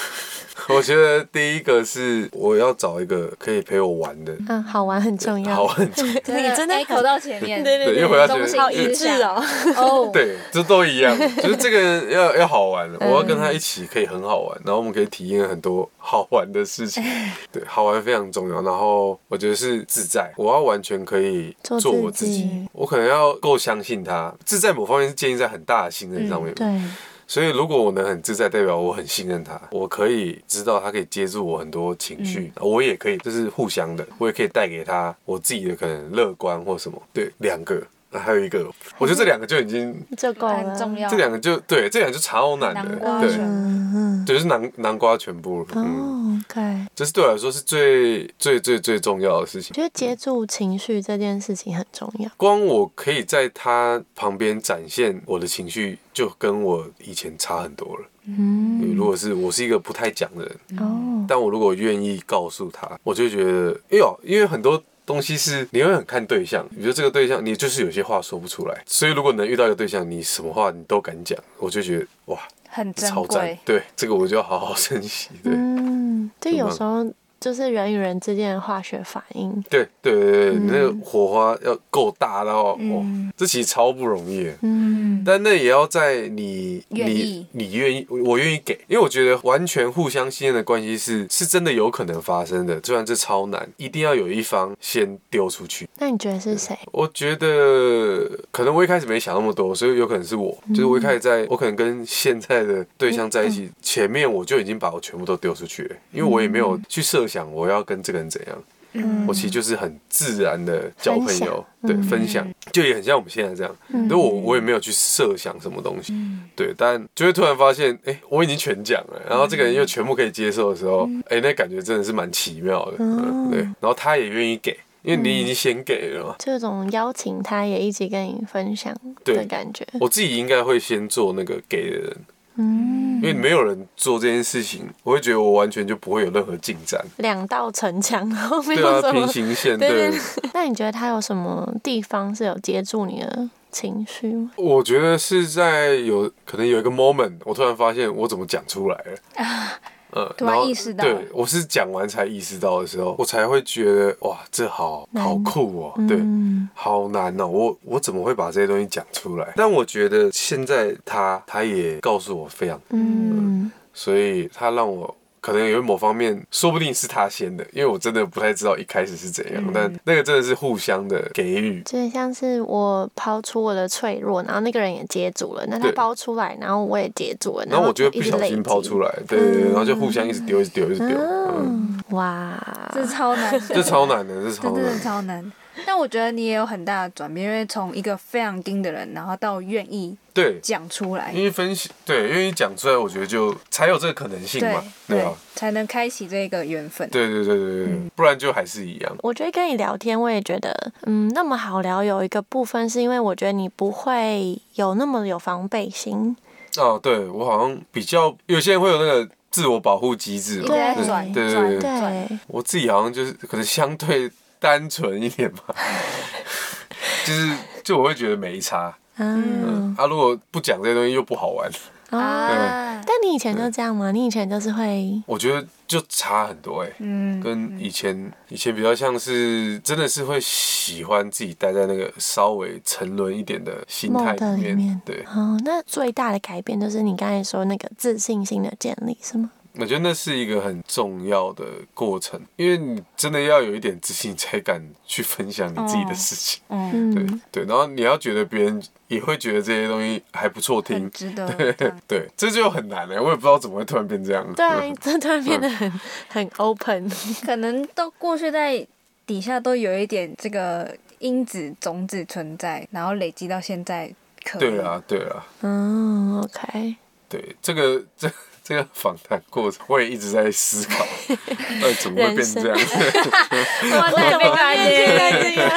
[SPEAKER 1] 我觉得第一个是我要找一个可以陪我玩的，
[SPEAKER 2] 嗯，好玩很重要。
[SPEAKER 1] 好很重
[SPEAKER 2] [laughs]
[SPEAKER 1] 要。
[SPEAKER 2] 你真的很
[SPEAKER 3] echo 到前面，
[SPEAKER 2] 对
[SPEAKER 1] 对
[SPEAKER 2] 对
[SPEAKER 1] 因为我要觉
[SPEAKER 3] 中
[SPEAKER 1] 得
[SPEAKER 3] 心
[SPEAKER 2] 好一致哦。
[SPEAKER 3] 哦，
[SPEAKER 1] 对，这都一样，就是这个人要要好玩，我要跟
[SPEAKER 2] 嗯
[SPEAKER 1] 他一起可以很好玩，然后我们可以体验很多好玩的事
[SPEAKER 2] [laughs]
[SPEAKER 1] 情。对，好玩非常重要。然后我觉得是自在，我要完全可以
[SPEAKER 2] 做
[SPEAKER 1] 做我
[SPEAKER 2] 自
[SPEAKER 1] 自
[SPEAKER 2] 己
[SPEAKER 1] 己，我可能要够相信他。自在某方面是建立在很大的信任上面，
[SPEAKER 2] 嗯对，
[SPEAKER 1] 所以如果我能很自在，代表我很信任他，我可以知道他可以接住我很多情绪，我也可以就是互相的，我也可以带给他我自己的可能乐观或什么。对，两个，那还有一个，我觉得这两个就已经，
[SPEAKER 2] 就够了。
[SPEAKER 3] 很重要
[SPEAKER 1] 这。两个就对，这两个就超嗯难
[SPEAKER 3] 南
[SPEAKER 1] 的，
[SPEAKER 3] 瓜
[SPEAKER 1] 对，
[SPEAKER 3] 全
[SPEAKER 2] 嗯
[SPEAKER 1] 对就是南南瓜全部了，
[SPEAKER 2] 嗯。
[SPEAKER 1] 嗯，
[SPEAKER 2] 哦，OK，
[SPEAKER 1] 这是对我来说是最最最最重要的事情。
[SPEAKER 2] 觉得接住情绪这件事情很重要。
[SPEAKER 1] 光我可以在他旁边展现我的情绪，就跟我以前差很多了。因为
[SPEAKER 2] 嗯，
[SPEAKER 1] 如果是我是一个不太讲的人，
[SPEAKER 3] 嗯
[SPEAKER 2] 哦，
[SPEAKER 1] 但我如果愿意告诉他，我就觉得，哎呦，因为很多东西是你会很看对象，比如说这个对象，你就是有些话说不出来，所以如果能遇到一个对象，你什么话你都敢讲，我就觉得哇，
[SPEAKER 3] 很珍
[SPEAKER 1] 超赞
[SPEAKER 3] 贵，，嗯
[SPEAKER 1] 对，这个我就要好好珍惜，对。
[SPEAKER 2] 嗯，就有时候就是人与人之间的化学反应。
[SPEAKER 1] 对对对对，
[SPEAKER 3] 嗯
[SPEAKER 1] 你那个火花要够大，然后哦，这其实超不容易的。
[SPEAKER 2] 嗯，
[SPEAKER 1] 但那也要在你
[SPEAKER 3] 愿
[SPEAKER 1] 你
[SPEAKER 3] 意
[SPEAKER 1] 你愿意，我我愿意给，因为我觉得完全互相信任的关系是是真的有可能发生的，虽然这超难，一定要有一方先丢出去。
[SPEAKER 2] 那你觉得是谁？
[SPEAKER 1] 我觉得可能我一开始没想那么多，所以有可能是我，就是我一开始在我可能跟现在的对象在一起，前面我就已经把我全部都丢出去了，因为我也没有去设想我要跟这个人怎样。
[SPEAKER 3] 嗯
[SPEAKER 1] 我其实就是很自然的交朋友，对，分享就也很像我们现在这样，所以我我也没有去设想什么东西，
[SPEAKER 3] 嗯
[SPEAKER 1] 对，但就会突然发现，哎、我已经全讲了，
[SPEAKER 2] 嗯
[SPEAKER 1] 然后这个人又全部可以接受的时候，哎、那感觉真的是蛮奇妙的，嗯，对，然后他也愿意给，因为你已经先给了嘛，
[SPEAKER 2] 这种邀请他也一起跟你分享
[SPEAKER 1] 对
[SPEAKER 2] 的感觉。
[SPEAKER 1] 我自己应该会先做那个给的人，
[SPEAKER 2] 嗯，
[SPEAKER 1] 因为没有人做这件事情，我会觉得我完全就不会有任何进展，
[SPEAKER 2] 两道城墙，然后没
[SPEAKER 1] 对
[SPEAKER 2] 有
[SPEAKER 1] 啊，
[SPEAKER 2] 什
[SPEAKER 1] 平
[SPEAKER 2] 么。
[SPEAKER 1] 行线，
[SPEAKER 2] 对对
[SPEAKER 1] 对
[SPEAKER 2] 对。那你觉得他有什么地方是有接住你的情绪吗？
[SPEAKER 1] 我觉得是在有可能有一个 moment，我突然发现我怎么讲出来了，嗯，
[SPEAKER 3] 啊突然
[SPEAKER 1] 后
[SPEAKER 3] 意识到
[SPEAKER 1] 对我是讲完才意识到的时候，我才会觉得哇，这好
[SPEAKER 2] 难
[SPEAKER 1] 好酷哦，对，
[SPEAKER 2] 嗯
[SPEAKER 1] 好难哦，我我怎么会把这些东西讲出来？但我觉得现在他他也告诉我非常，
[SPEAKER 2] 嗯
[SPEAKER 1] 所以他让我。可能有某方面，说不定是他先的，因为我真的不太知道一开始是怎
[SPEAKER 3] 嗯
[SPEAKER 1] 样。但那个真的是互相的给予，
[SPEAKER 2] 就是像是我抛出我的脆弱，然后那个人也接住了，那他
[SPEAKER 1] 对
[SPEAKER 2] 抛出来，然后我也接住了，
[SPEAKER 1] 然后我就
[SPEAKER 2] 就
[SPEAKER 1] 会不小心抛出
[SPEAKER 2] 来。
[SPEAKER 1] 来，对对对，然后就互相一直丢，一直丢，一直丢。嗯，
[SPEAKER 2] 嗯，哇，
[SPEAKER 3] 这超难
[SPEAKER 1] [laughs]
[SPEAKER 3] 的，
[SPEAKER 1] 这超难的，这
[SPEAKER 3] 这
[SPEAKER 1] 超
[SPEAKER 3] 真的
[SPEAKER 1] 难。
[SPEAKER 3] 超难。但我觉得你也有很大的转变，因为从一个非常硬的人，然后到愿意
[SPEAKER 1] 对，
[SPEAKER 3] 讲出来，
[SPEAKER 1] 因为分析，对，因为讲出来，我觉得就才有这个可能性
[SPEAKER 3] 对
[SPEAKER 1] 嘛，对啊，
[SPEAKER 3] 才能开启这个缘分。
[SPEAKER 1] 对嗯对对对对，不然就还是一样。
[SPEAKER 2] 我觉得跟你聊天，我也觉得，嗯，那么好聊有一个部分是因为我觉得你不会有那么有防备心，
[SPEAKER 1] 哦，对我好像比较，有些人会有那个自我保护机制
[SPEAKER 3] 一直
[SPEAKER 1] 嘛，
[SPEAKER 3] 在
[SPEAKER 2] 对
[SPEAKER 3] 转
[SPEAKER 1] 对对
[SPEAKER 3] 转
[SPEAKER 1] 对
[SPEAKER 3] 转，
[SPEAKER 2] 对，
[SPEAKER 1] 我自己好像就是可能相对单纯一点 [laughs] 吧，就是就我会觉得没差。
[SPEAKER 2] 嗯，
[SPEAKER 1] 啊，如果不讲这些东西又不好玩，
[SPEAKER 2] 哦，
[SPEAKER 3] 啊，
[SPEAKER 2] 但你以前就这样吗？你以前就是会，
[SPEAKER 1] 我觉得就差很多哎、
[SPEAKER 3] 嗯，
[SPEAKER 1] 跟以前以前比较像是，真的是会喜欢自己待在那个稍微沉沦一点的心态
[SPEAKER 2] 梦的
[SPEAKER 1] 里
[SPEAKER 2] 里面
[SPEAKER 1] 对，
[SPEAKER 2] 哦，那最大的改变就是你刚才说那个自信心的建立，是吗？
[SPEAKER 1] 我觉得那是一个很重要的过程，因为你真的要有一点自信，才敢去分享你自己的事情。
[SPEAKER 3] 嗯，
[SPEAKER 2] 嗯，
[SPEAKER 1] 对对，然后你要觉得别人也会觉得这些东西还不错听
[SPEAKER 3] 很。值得这样。
[SPEAKER 1] 对，这就很难了、我也不知道怎么会突然变这样。
[SPEAKER 2] 对啊，
[SPEAKER 1] [laughs] 嗯
[SPEAKER 2] 这突然变得很很 open，
[SPEAKER 3] 可能都过去在底下都有一点这个因子种子存在，然后累积到现在可以。
[SPEAKER 1] 对啊，对啊，
[SPEAKER 2] 嗯，OK， [laughs]
[SPEAKER 1] 对，这个这这个访谈过程，我也一直在思考，呃，怎么会变成这样？
[SPEAKER 3] 哇塞， [laughs] 被发现，
[SPEAKER 2] 这 [laughs] 样。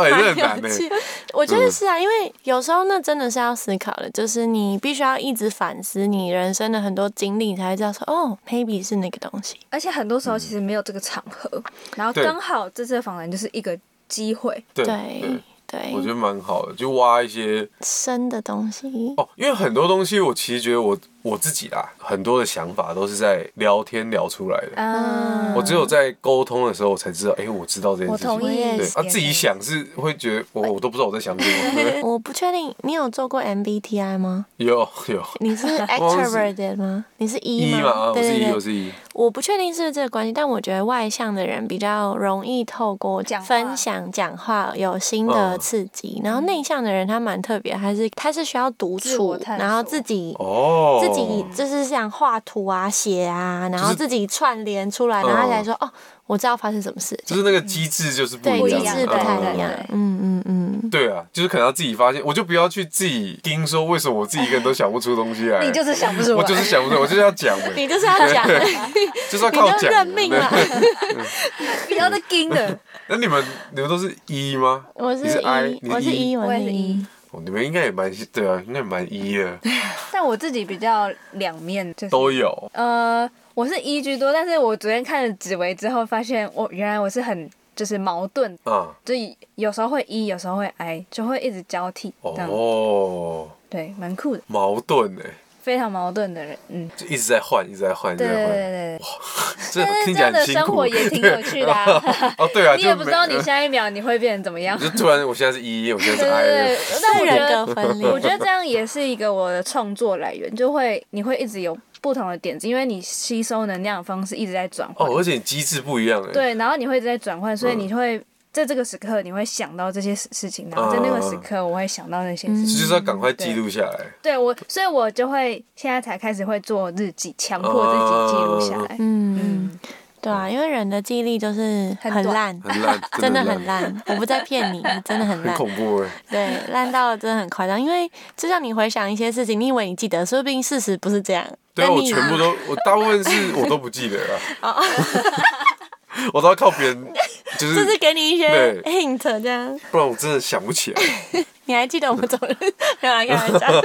[SPEAKER 1] 哎，这很难嗯
[SPEAKER 2] 蛮有
[SPEAKER 1] 呢、
[SPEAKER 2] 趣 [laughs] 我觉得是啊，因为有时候那真的是要思考的，就是你必须要一直反思你人生的很多经历，你才会知道说，哦，maybe 是那个东西。
[SPEAKER 3] 而且很多时候其实没有这个场合，然后
[SPEAKER 1] 嗯对
[SPEAKER 3] 刚好这次的访谈就是一个机会，
[SPEAKER 1] 对
[SPEAKER 2] 对哎对
[SPEAKER 1] 我觉，得蛮好的，就挖一些
[SPEAKER 2] 深的东西。
[SPEAKER 1] 哦，因为很多东西我其实觉得我我自己啦，很多的想法都是在聊天聊出来的。
[SPEAKER 3] 嗯，
[SPEAKER 1] 我只有在沟通的时候，我才知道，哎、我知道这件
[SPEAKER 3] 我
[SPEAKER 1] 事情。
[SPEAKER 3] 同意
[SPEAKER 1] 对
[SPEAKER 2] 也
[SPEAKER 1] 啊，自己想是会觉得我我都不知道我在想什
[SPEAKER 2] [laughs]
[SPEAKER 1] 么。对
[SPEAKER 2] 我不确定你有做过 MBTI 吗？
[SPEAKER 1] 有有 [laughs]
[SPEAKER 2] 你是 extroverted 吗？你是 E
[SPEAKER 1] 一嘛，啊
[SPEAKER 2] 吗？
[SPEAKER 1] 我是
[SPEAKER 2] 对
[SPEAKER 1] 一，
[SPEAKER 2] 对
[SPEAKER 1] 我
[SPEAKER 2] 对，
[SPEAKER 1] 是一。
[SPEAKER 2] 我不确定是不是这个关系，但我觉得外向的人比较容易透过
[SPEAKER 3] 讲话
[SPEAKER 2] 分享、讲话有新
[SPEAKER 1] 嗯
[SPEAKER 2] 的刺激，然后内向的人他蛮特别，他是他是需要独
[SPEAKER 3] 嗯自我
[SPEAKER 2] 处，
[SPEAKER 3] 探索
[SPEAKER 2] 然后自己
[SPEAKER 1] 哦，
[SPEAKER 2] 自己就是想画图啊、写啊，然
[SPEAKER 1] 就
[SPEAKER 2] 后
[SPEAKER 1] 是
[SPEAKER 2] 自己串联出来，然后他才说、哦，我知道发生什么事
[SPEAKER 1] 就
[SPEAKER 2] 情。
[SPEAKER 1] 是那个机制就是不
[SPEAKER 2] 对，
[SPEAKER 1] 一
[SPEAKER 2] 机
[SPEAKER 1] 样，
[SPEAKER 2] 制
[SPEAKER 3] 机
[SPEAKER 2] 不太
[SPEAKER 1] 嗯
[SPEAKER 2] 一样
[SPEAKER 3] 对。
[SPEAKER 2] 嗯嗯嗯，
[SPEAKER 1] 对啊，就是可能要自己发现，我就不要去自己盯说为什么我自己一个人都想不出东西
[SPEAKER 2] [laughs]
[SPEAKER 1] 来。
[SPEAKER 3] 你就是想不出来，
[SPEAKER 1] 我就是想不出来，我就是要讲
[SPEAKER 2] 你
[SPEAKER 1] 呗，
[SPEAKER 2] 就是要讲，
[SPEAKER 1] 就是 [laughs] 要
[SPEAKER 2] 你
[SPEAKER 1] 靠
[SPEAKER 2] 就
[SPEAKER 1] 讲。
[SPEAKER 2] 认命了。
[SPEAKER 3] 不要再盯了，
[SPEAKER 1] 那你们你们都是一吗？
[SPEAKER 2] 我是
[SPEAKER 1] 你是 I，
[SPEAKER 2] 一，
[SPEAKER 1] 你 E
[SPEAKER 2] 我是一，
[SPEAKER 3] 我
[SPEAKER 2] 我
[SPEAKER 3] 也
[SPEAKER 2] 是
[SPEAKER 3] 是 E
[SPEAKER 2] 一
[SPEAKER 3] 一。，
[SPEAKER 1] 哦你们应该也蛮对啊，应该也蛮一的，
[SPEAKER 3] 但我自己比较两面，就是
[SPEAKER 1] 都有。
[SPEAKER 3] 呃，我是一居多，但是我昨天看了紫薇之后，发现我原来我是很就是矛盾，
[SPEAKER 1] 啊，
[SPEAKER 3] 就有时候会 E，一，有时候会 I，就会一直交替这样。
[SPEAKER 1] 哦，
[SPEAKER 3] 对，蛮酷的。
[SPEAKER 1] 矛盾哎，
[SPEAKER 3] 非常矛盾的人，嗯，
[SPEAKER 1] 就一直在换，一直在换，一直在
[SPEAKER 3] 对对
[SPEAKER 1] 换。
[SPEAKER 3] 对对。
[SPEAKER 1] 这
[SPEAKER 3] 但是
[SPEAKER 1] 听起
[SPEAKER 3] 这
[SPEAKER 1] 来很
[SPEAKER 3] 样的
[SPEAKER 1] 辛
[SPEAKER 3] 生
[SPEAKER 1] 苦，
[SPEAKER 3] 活。也挺有趣的、啊
[SPEAKER 1] 哦，对啊，
[SPEAKER 3] [laughs] 你
[SPEAKER 1] 就
[SPEAKER 3] 也不
[SPEAKER 1] 每
[SPEAKER 3] 知道你
[SPEAKER 1] 呃
[SPEAKER 3] 下一秒你会变成怎么
[SPEAKER 1] [laughs]
[SPEAKER 3] 样。
[SPEAKER 1] 就突然我现在是 E，我现在
[SPEAKER 3] 对
[SPEAKER 1] 是 I
[SPEAKER 3] 对
[SPEAKER 1] 人
[SPEAKER 3] 对，，但我觉
[SPEAKER 2] 人
[SPEAKER 3] 得
[SPEAKER 2] 格 [laughs] 分
[SPEAKER 3] 我
[SPEAKER 2] 裂。
[SPEAKER 3] 觉得这样也是一个我的创作来源，就会你会一直有不同的点子，因为你吸收能量的方式一直在转换。
[SPEAKER 1] 哦，而且你机制不一样哎。
[SPEAKER 3] 对，然后你会一直在转换，所以
[SPEAKER 2] 嗯
[SPEAKER 3] 你会。在这个时刻，你会想到这些事事情，然后在那个时
[SPEAKER 2] 嗯
[SPEAKER 3] 刻，我会想到那些
[SPEAKER 1] 就
[SPEAKER 3] 事情。
[SPEAKER 1] 是要赶快记录下来。
[SPEAKER 3] 对我，所以我就会现在才开始会做日记，强迫自己记录下来。
[SPEAKER 2] 嗯，
[SPEAKER 3] 嗯，
[SPEAKER 2] 对啊，因为人的记忆力就是
[SPEAKER 3] 很
[SPEAKER 2] 很
[SPEAKER 3] 短
[SPEAKER 2] 烂，
[SPEAKER 1] 很
[SPEAKER 3] [laughs]
[SPEAKER 1] 烂，
[SPEAKER 2] 真的
[SPEAKER 1] 的
[SPEAKER 2] 很，烂，我不在骗你，真的很
[SPEAKER 1] 很
[SPEAKER 2] 烂。
[SPEAKER 1] 恐怖哎。
[SPEAKER 2] 对，烂到真的很夸张。因为就像你回想一些事情，你以为你记得，说不定事实不是这样。
[SPEAKER 1] 对啊，
[SPEAKER 2] 但
[SPEAKER 1] 我
[SPEAKER 2] 你
[SPEAKER 1] 全部都，我大部分是我都不记得
[SPEAKER 3] [laughs]
[SPEAKER 1] 啊。
[SPEAKER 3] 哦
[SPEAKER 1] [laughs] 我都要靠别人，就
[SPEAKER 2] 就是是给你一些
[SPEAKER 1] 对
[SPEAKER 2] hint，这样
[SPEAKER 1] 不然我真的想不起来。
[SPEAKER 2] 你还记得我们怎
[SPEAKER 1] [laughs]
[SPEAKER 2] 么没有来啊开玩笑？
[SPEAKER 3] [laughs]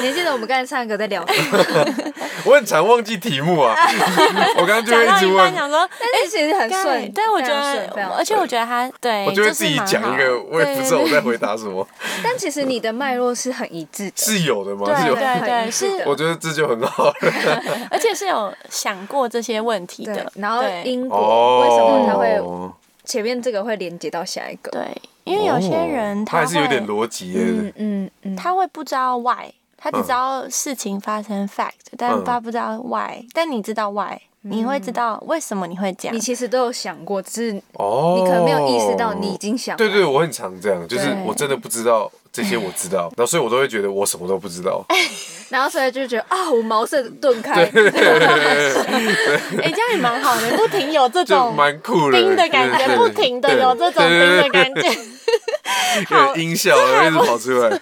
[SPEAKER 3] 你还记得我们刚才唱歌在聊
[SPEAKER 2] [laughs]
[SPEAKER 3] 什么？
[SPEAKER 1] 我很常忘记题目啊，我刚刚就
[SPEAKER 2] 讲
[SPEAKER 1] 会一
[SPEAKER 2] 到
[SPEAKER 1] 直
[SPEAKER 2] 一半
[SPEAKER 1] 问，
[SPEAKER 2] 想说，
[SPEAKER 3] 但是其实很
[SPEAKER 2] 哎对
[SPEAKER 3] 顺，，
[SPEAKER 2] 但我觉
[SPEAKER 3] 非常顺非
[SPEAKER 2] 得，
[SPEAKER 3] 常
[SPEAKER 2] 而且我觉得他对，
[SPEAKER 1] 我就会
[SPEAKER 2] 哎是
[SPEAKER 1] 自己
[SPEAKER 2] 蛮
[SPEAKER 1] 讲
[SPEAKER 2] 好
[SPEAKER 1] 一个，我也不知道我在回答什么，
[SPEAKER 3] 但其实你的脉络是很一致的。
[SPEAKER 1] 是有的吗？
[SPEAKER 2] 对
[SPEAKER 1] 是有，
[SPEAKER 2] 对对，
[SPEAKER 3] 很
[SPEAKER 2] 是，
[SPEAKER 1] 我觉得这就很好了。
[SPEAKER 2] 而且是有想过这些问题
[SPEAKER 3] 对
[SPEAKER 2] 的，，
[SPEAKER 3] 然后
[SPEAKER 2] 对
[SPEAKER 3] 因果为什么它会
[SPEAKER 1] 哦
[SPEAKER 3] 前面这个会连接到下一个？
[SPEAKER 2] 对，因为有些人
[SPEAKER 1] 哦他
[SPEAKER 2] 他
[SPEAKER 1] 还是有点
[SPEAKER 2] 会
[SPEAKER 1] 逻辑
[SPEAKER 3] 嗯
[SPEAKER 1] 耶。
[SPEAKER 3] 嗯嗯，
[SPEAKER 2] 他会不知道 why，他只知道事情发生 fact，但
[SPEAKER 1] 嗯
[SPEAKER 2] 他不知道 why，但你知道 why，你会知道为什嗯么你会这样
[SPEAKER 3] 你。其实都有想过，只是你
[SPEAKER 1] 哦，
[SPEAKER 3] 可能没有意识到你已经想
[SPEAKER 1] 对对，
[SPEAKER 3] 完
[SPEAKER 1] 我很常这样，就是
[SPEAKER 3] 对
[SPEAKER 1] 我真的不知道这些，我知道，然后所以我都会觉得我什么都不知
[SPEAKER 2] [laughs]
[SPEAKER 1] 道。
[SPEAKER 3] 然后所以就觉得啊，我茅塞顿
[SPEAKER 2] [laughs]
[SPEAKER 3] 开，
[SPEAKER 2] 哎，这样也蛮好的，不停有这
[SPEAKER 1] [laughs] 就
[SPEAKER 2] 种
[SPEAKER 1] 蛮酷的，
[SPEAKER 2] 冰的感觉，
[SPEAKER 1] 对
[SPEAKER 2] 不停的有这种
[SPEAKER 1] 对
[SPEAKER 2] 冰
[SPEAKER 1] 对
[SPEAKER 2] 的感觉。
[SPEAKER 1] [laughs] 对有音效一直跑出来， [laughs]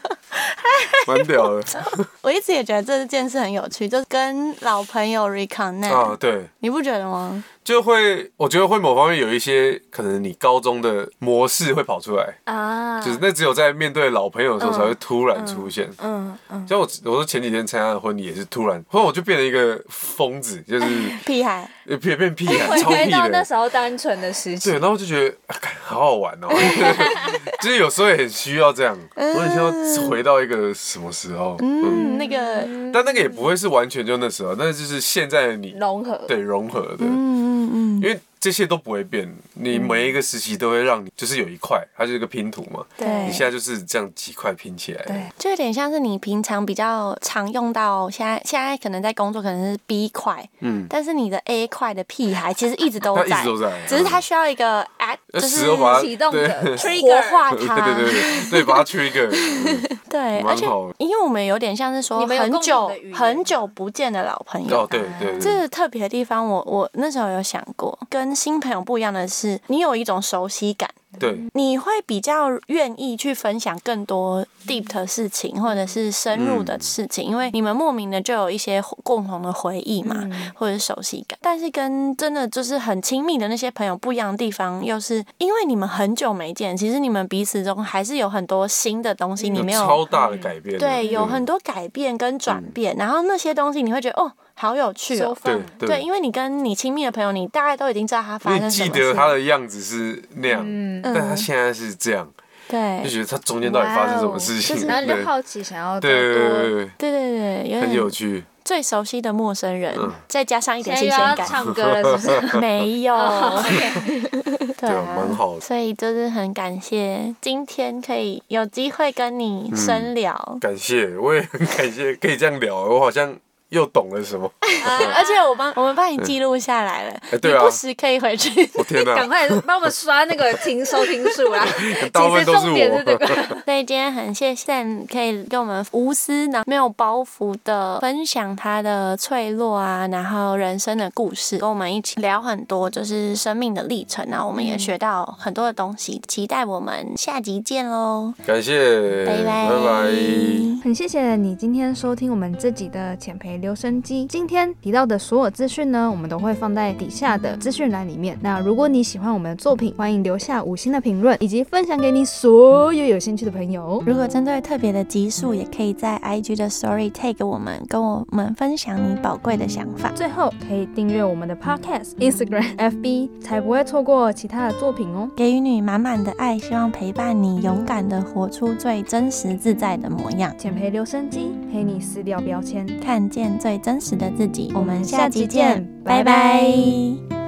[SPEAKER 1] 蛮屌的
[SPEAKER 3] [laughs]
[SPEAKER 2] 我一直也觉得这件事很有趣，就是跟老朋友 reconnect，
[SPEAKER 1] 啊！对，
[SPEAKER 2] 你不觉得吗？
[SPEAKER 1] 就会我觉得会某方面有一些可能你高中的模式会跑出来，
[SPEAKER 3] 啊，
[SPEAKER 1] 就是那只有在面对老朋友的时候才会突然出现。
[SPEAKER 3] 嗯嗯，
[SPEAKER 1] 像我，我说前几天参加的婚礼也是突然，后来我就变成一个疯子，
[SPEAKER 3] [laughs]
[SPEAKER 1] 就是
[SPEAKER 2] 屁孩，
[SPEAKER 1] 也变变屁孩，
[SPEAKER 3] 回
[SPEAKER 1] 超
[SPEAKER 3] 归
[SPEAKER 1] 屁
[SPEAKER 3] 到那
[SPEAKER 1] 的。
[SPEAKER 3] 时候单纯的时期
[SPEAKER 1] 对，，然后就觉得、啊、干好好玩哦， [laughs] 就是有时候也很需要这样，我很需要
[SPEAKER 3] 嗯
[SPEAKER 1] 回到一个什么时候，嗯，
[SPEAKER 2] 嗯，那嗯个，
[SPEAKER 1] 但那个也不会是完全就那时候，那就是现在的你
[SPEAKER 3] 融合，
[SPEAKER 1] 对融合的，
[SPEAKER 2] 嗯嗯嗯，嗯
[SPEAKER 1] 因为这些都不会变，你每一个时期都会让你就是有一块，它就是一个拼图嘛，你
[SPEAKER 2] 对
[SPEAKER 1] 现在就是这样几块拼起来的，
[SPEAKER 3] 对
[SPEAKER 2] 就有点像是你平常比较常用到，现在现在可能在工作可能是 B 块，
[SPEAKER 1] 嗯，
[SPEAKER 2] 但是你的 A 块的屁孩其实一直都
[SPEAKER 1] 它一
[SPEAKER 2] 在
[SPEAKER 1] 直，都在，
[SPEAKER 2] 只是它
[SPEAKER 1] 嗯
[SPEAKER 2] 需要一个 at，
[SPEAKER 1] 那
[SPEAKER 2] 就是
[SPEAKER 1] 时候把它
[SPEAKER 3] 启动
[SPEAKER 1] 对
[SPEAKER 3] 的 [laughs]
[SPEAKER 2] 活
[SPEAKER 3] trigger，
[SPEAKER 2] 化
[SPEAKER 1] 对 [laughs]
[SPEAKER 2] 它，
[SPEAKER 1] 对对对对，把它缺一个，
[SPEAKER 2] [laughs]
[SPEAKER 1] 嗯
[SPEAKER 2] 对，而
[SPEAKER 1] 蛮
[SPEAKER 2] 且
[SPEAKER 1] 好的
[SPEAKER 2] 因为我们有点像是说
[SPEAKER 3] 你们有
[SPEAKER 2] 很
[SPEAKER 3] 共
[SPEAKER 2] 久
[SPEAKER 3] 同的语言
[SPEAKER 2] 很久不见的老朋友，
[SPEAKER 1] 哦对对
[SPEAKER 2] 这
[SPEAKER 1] 对，
[SPEAKER 2] 个特别的地方我，我那时候有想过，跟新朋友不一样的是，你有一种熟悉感，
[SPEAKER 1] 对
[SPEAKER 2] 你会比较愿意去分享更多 deep 的事
[SPEAKER 1] 嗯
[SPEAKER 2] 情，或者是深入的事情，因为你们莫名的就有一些共同的回忆嘛，
[SPEAKER 1] 嗯
[SPEAKER 2] 或者是熟悉感。但是跟真的就是很亲密的那些朋友不一样的地方，又是因为你们很久没见，其实你们彼此中还是有很多新的东西，
[SPEAKER 1] 嗯
[SPEAKER 2] 你
[SPEAKER 1] 有
[SPEAKER 2] 没有
[SPEAKER 1] 超大的改变，
[SPEAKER 2] 对，有很多改变跟转变，然后那些东西你会觉得哦，好有趣
[SPEAKER 3] 收
[SPEAKER 2] 哦。
[SPEAKER 1] 对
[SPEAKER 3] 放，
[SPEAKER 1] 嗯对
[SPEAKER 2] 对，因为你跟你亲密的朋友，你大概都已经知道他发
[SPEAKER 1] 你
[SPEAKER 2] 生什
[SPEAKER 1] 记
[SPEAKER 2] 么
[SPEAKER 1] 得
[SPEAKER 2] 事。
[SPEAKER 1] 他的样子是那样，
[SPEAKER 3] 嗯，
[SPEAKER 1] 但他现在是这样，就
[SPEAKER 2] 对，哦
[SPEAKER 1] 觉得他中间到底发生什么事情，
[SPEAKER 3] 然
[SPEAKER 1] 对
[SPEAKER 3] 后你
[SPEAKER 1] 对
[SPEAKER 3] 哦就好奇想要
[SPEAKER 1] 对
[SPEAKER 3] 再多
[SPEAKER 1] 对对
[SPEAKER 2] 对对对，
[SPEAKER 1] 对，
[SPEAKER 2] 有
[SPEAKER 1] 很有
[SPEAKER 2] 点
[SPEAKER 1] 趣，
[SPEAKER 2] 最熟悉的陌生人
[SPEAKER 1] 嗯，
[SPEAKER 2] 再加上一
[SPEAKER 3] 现
[SPEAKER 2] 点
[SPEAKER 3] 在又
[SPEAKER 2] 新鲜
[SPEAKER 3] 要
[SPEAKER 2] 感，
[SPEAKER 3] 啊唱歌了，是
[SPEAKER 1] [laughs]
[SPEAKER 3] 不是？
[SPEAKER 2] [laughs] 没有， [laughs] 对
[SPEAKER 1] 对啊，蛮
[SPEAKER 2] 啊。
[SPEAKER 1] 好的。
[SPEAKER 2] 所以就是很感谢今天可以有机会跟你
[SPEAKER 1] 嗯
[SPEAKER 2] 深聊，
[SPEAKER 1] 感谢，我也很感谢可以这样聊，我好像又懂了什么。
[SPEAKER 2] 而且我帮我们帮你记录下来了，
[SPEAKER 1] 哎对啊
[SPEAKER 2] 你不时可以回去
[SPEAKER 1] 我天哪、
[SPEAKER 3] [laughs] 赶快帮我们刷那个听收听数啦！
[SPEAKER 1] 大部分
[SPEAKER 3] 其实
[SPEAKER 1] 都是
[SPEAKER 3] 重点是这个，
[SPEAKER 2] 所以今天很谢谢 Sam 可以跟我们无私的、没有包袱的分享他的脆弱啊，然后人生的故事，跟我们一起聊很多就是生命的历程，然啊后我们也学到很多的东西。期待我们下集见喽，
[SPEAKER 1] 感谢，
[SPEAKER 2] 拜拜
[SPEAKER 1] 拜拜
[SPEAKER 4] 很谢谢你今天收听我们这集的浅培留声机。今天提到的所有资讯呢，我们都会放在底下的资讯栏里面。那如果你喜欢我们的作品，欢迎留下五星的评论，以及分享给你所有有兴趣的朋友。
[SPEAKER 2] 如果针对特别的集数，也可以在 IG 的 Story tag 我们，跟我们分享你宝贵的想法。
[SPEAKER 4] 最后，可以订阅我们的 Podcast、Instagram、FB，才不会错过其他的作品哦。
[SPEAKER 2] 给予你满满的爱，希望陪伴你勇敢的活出最真实自在的模样。
[SPEAKER 4] 浅
[SPEAKER 3] 浅培留声机陪你撕掉标签。
[SPEAKER 2] 看见最真实的自己。我们下期
[SPEAKER 3] 下期见
[SPEAKER 2] 见，拜
[SPEAKER 3] 拜拜
[SPEAKER 2] 拜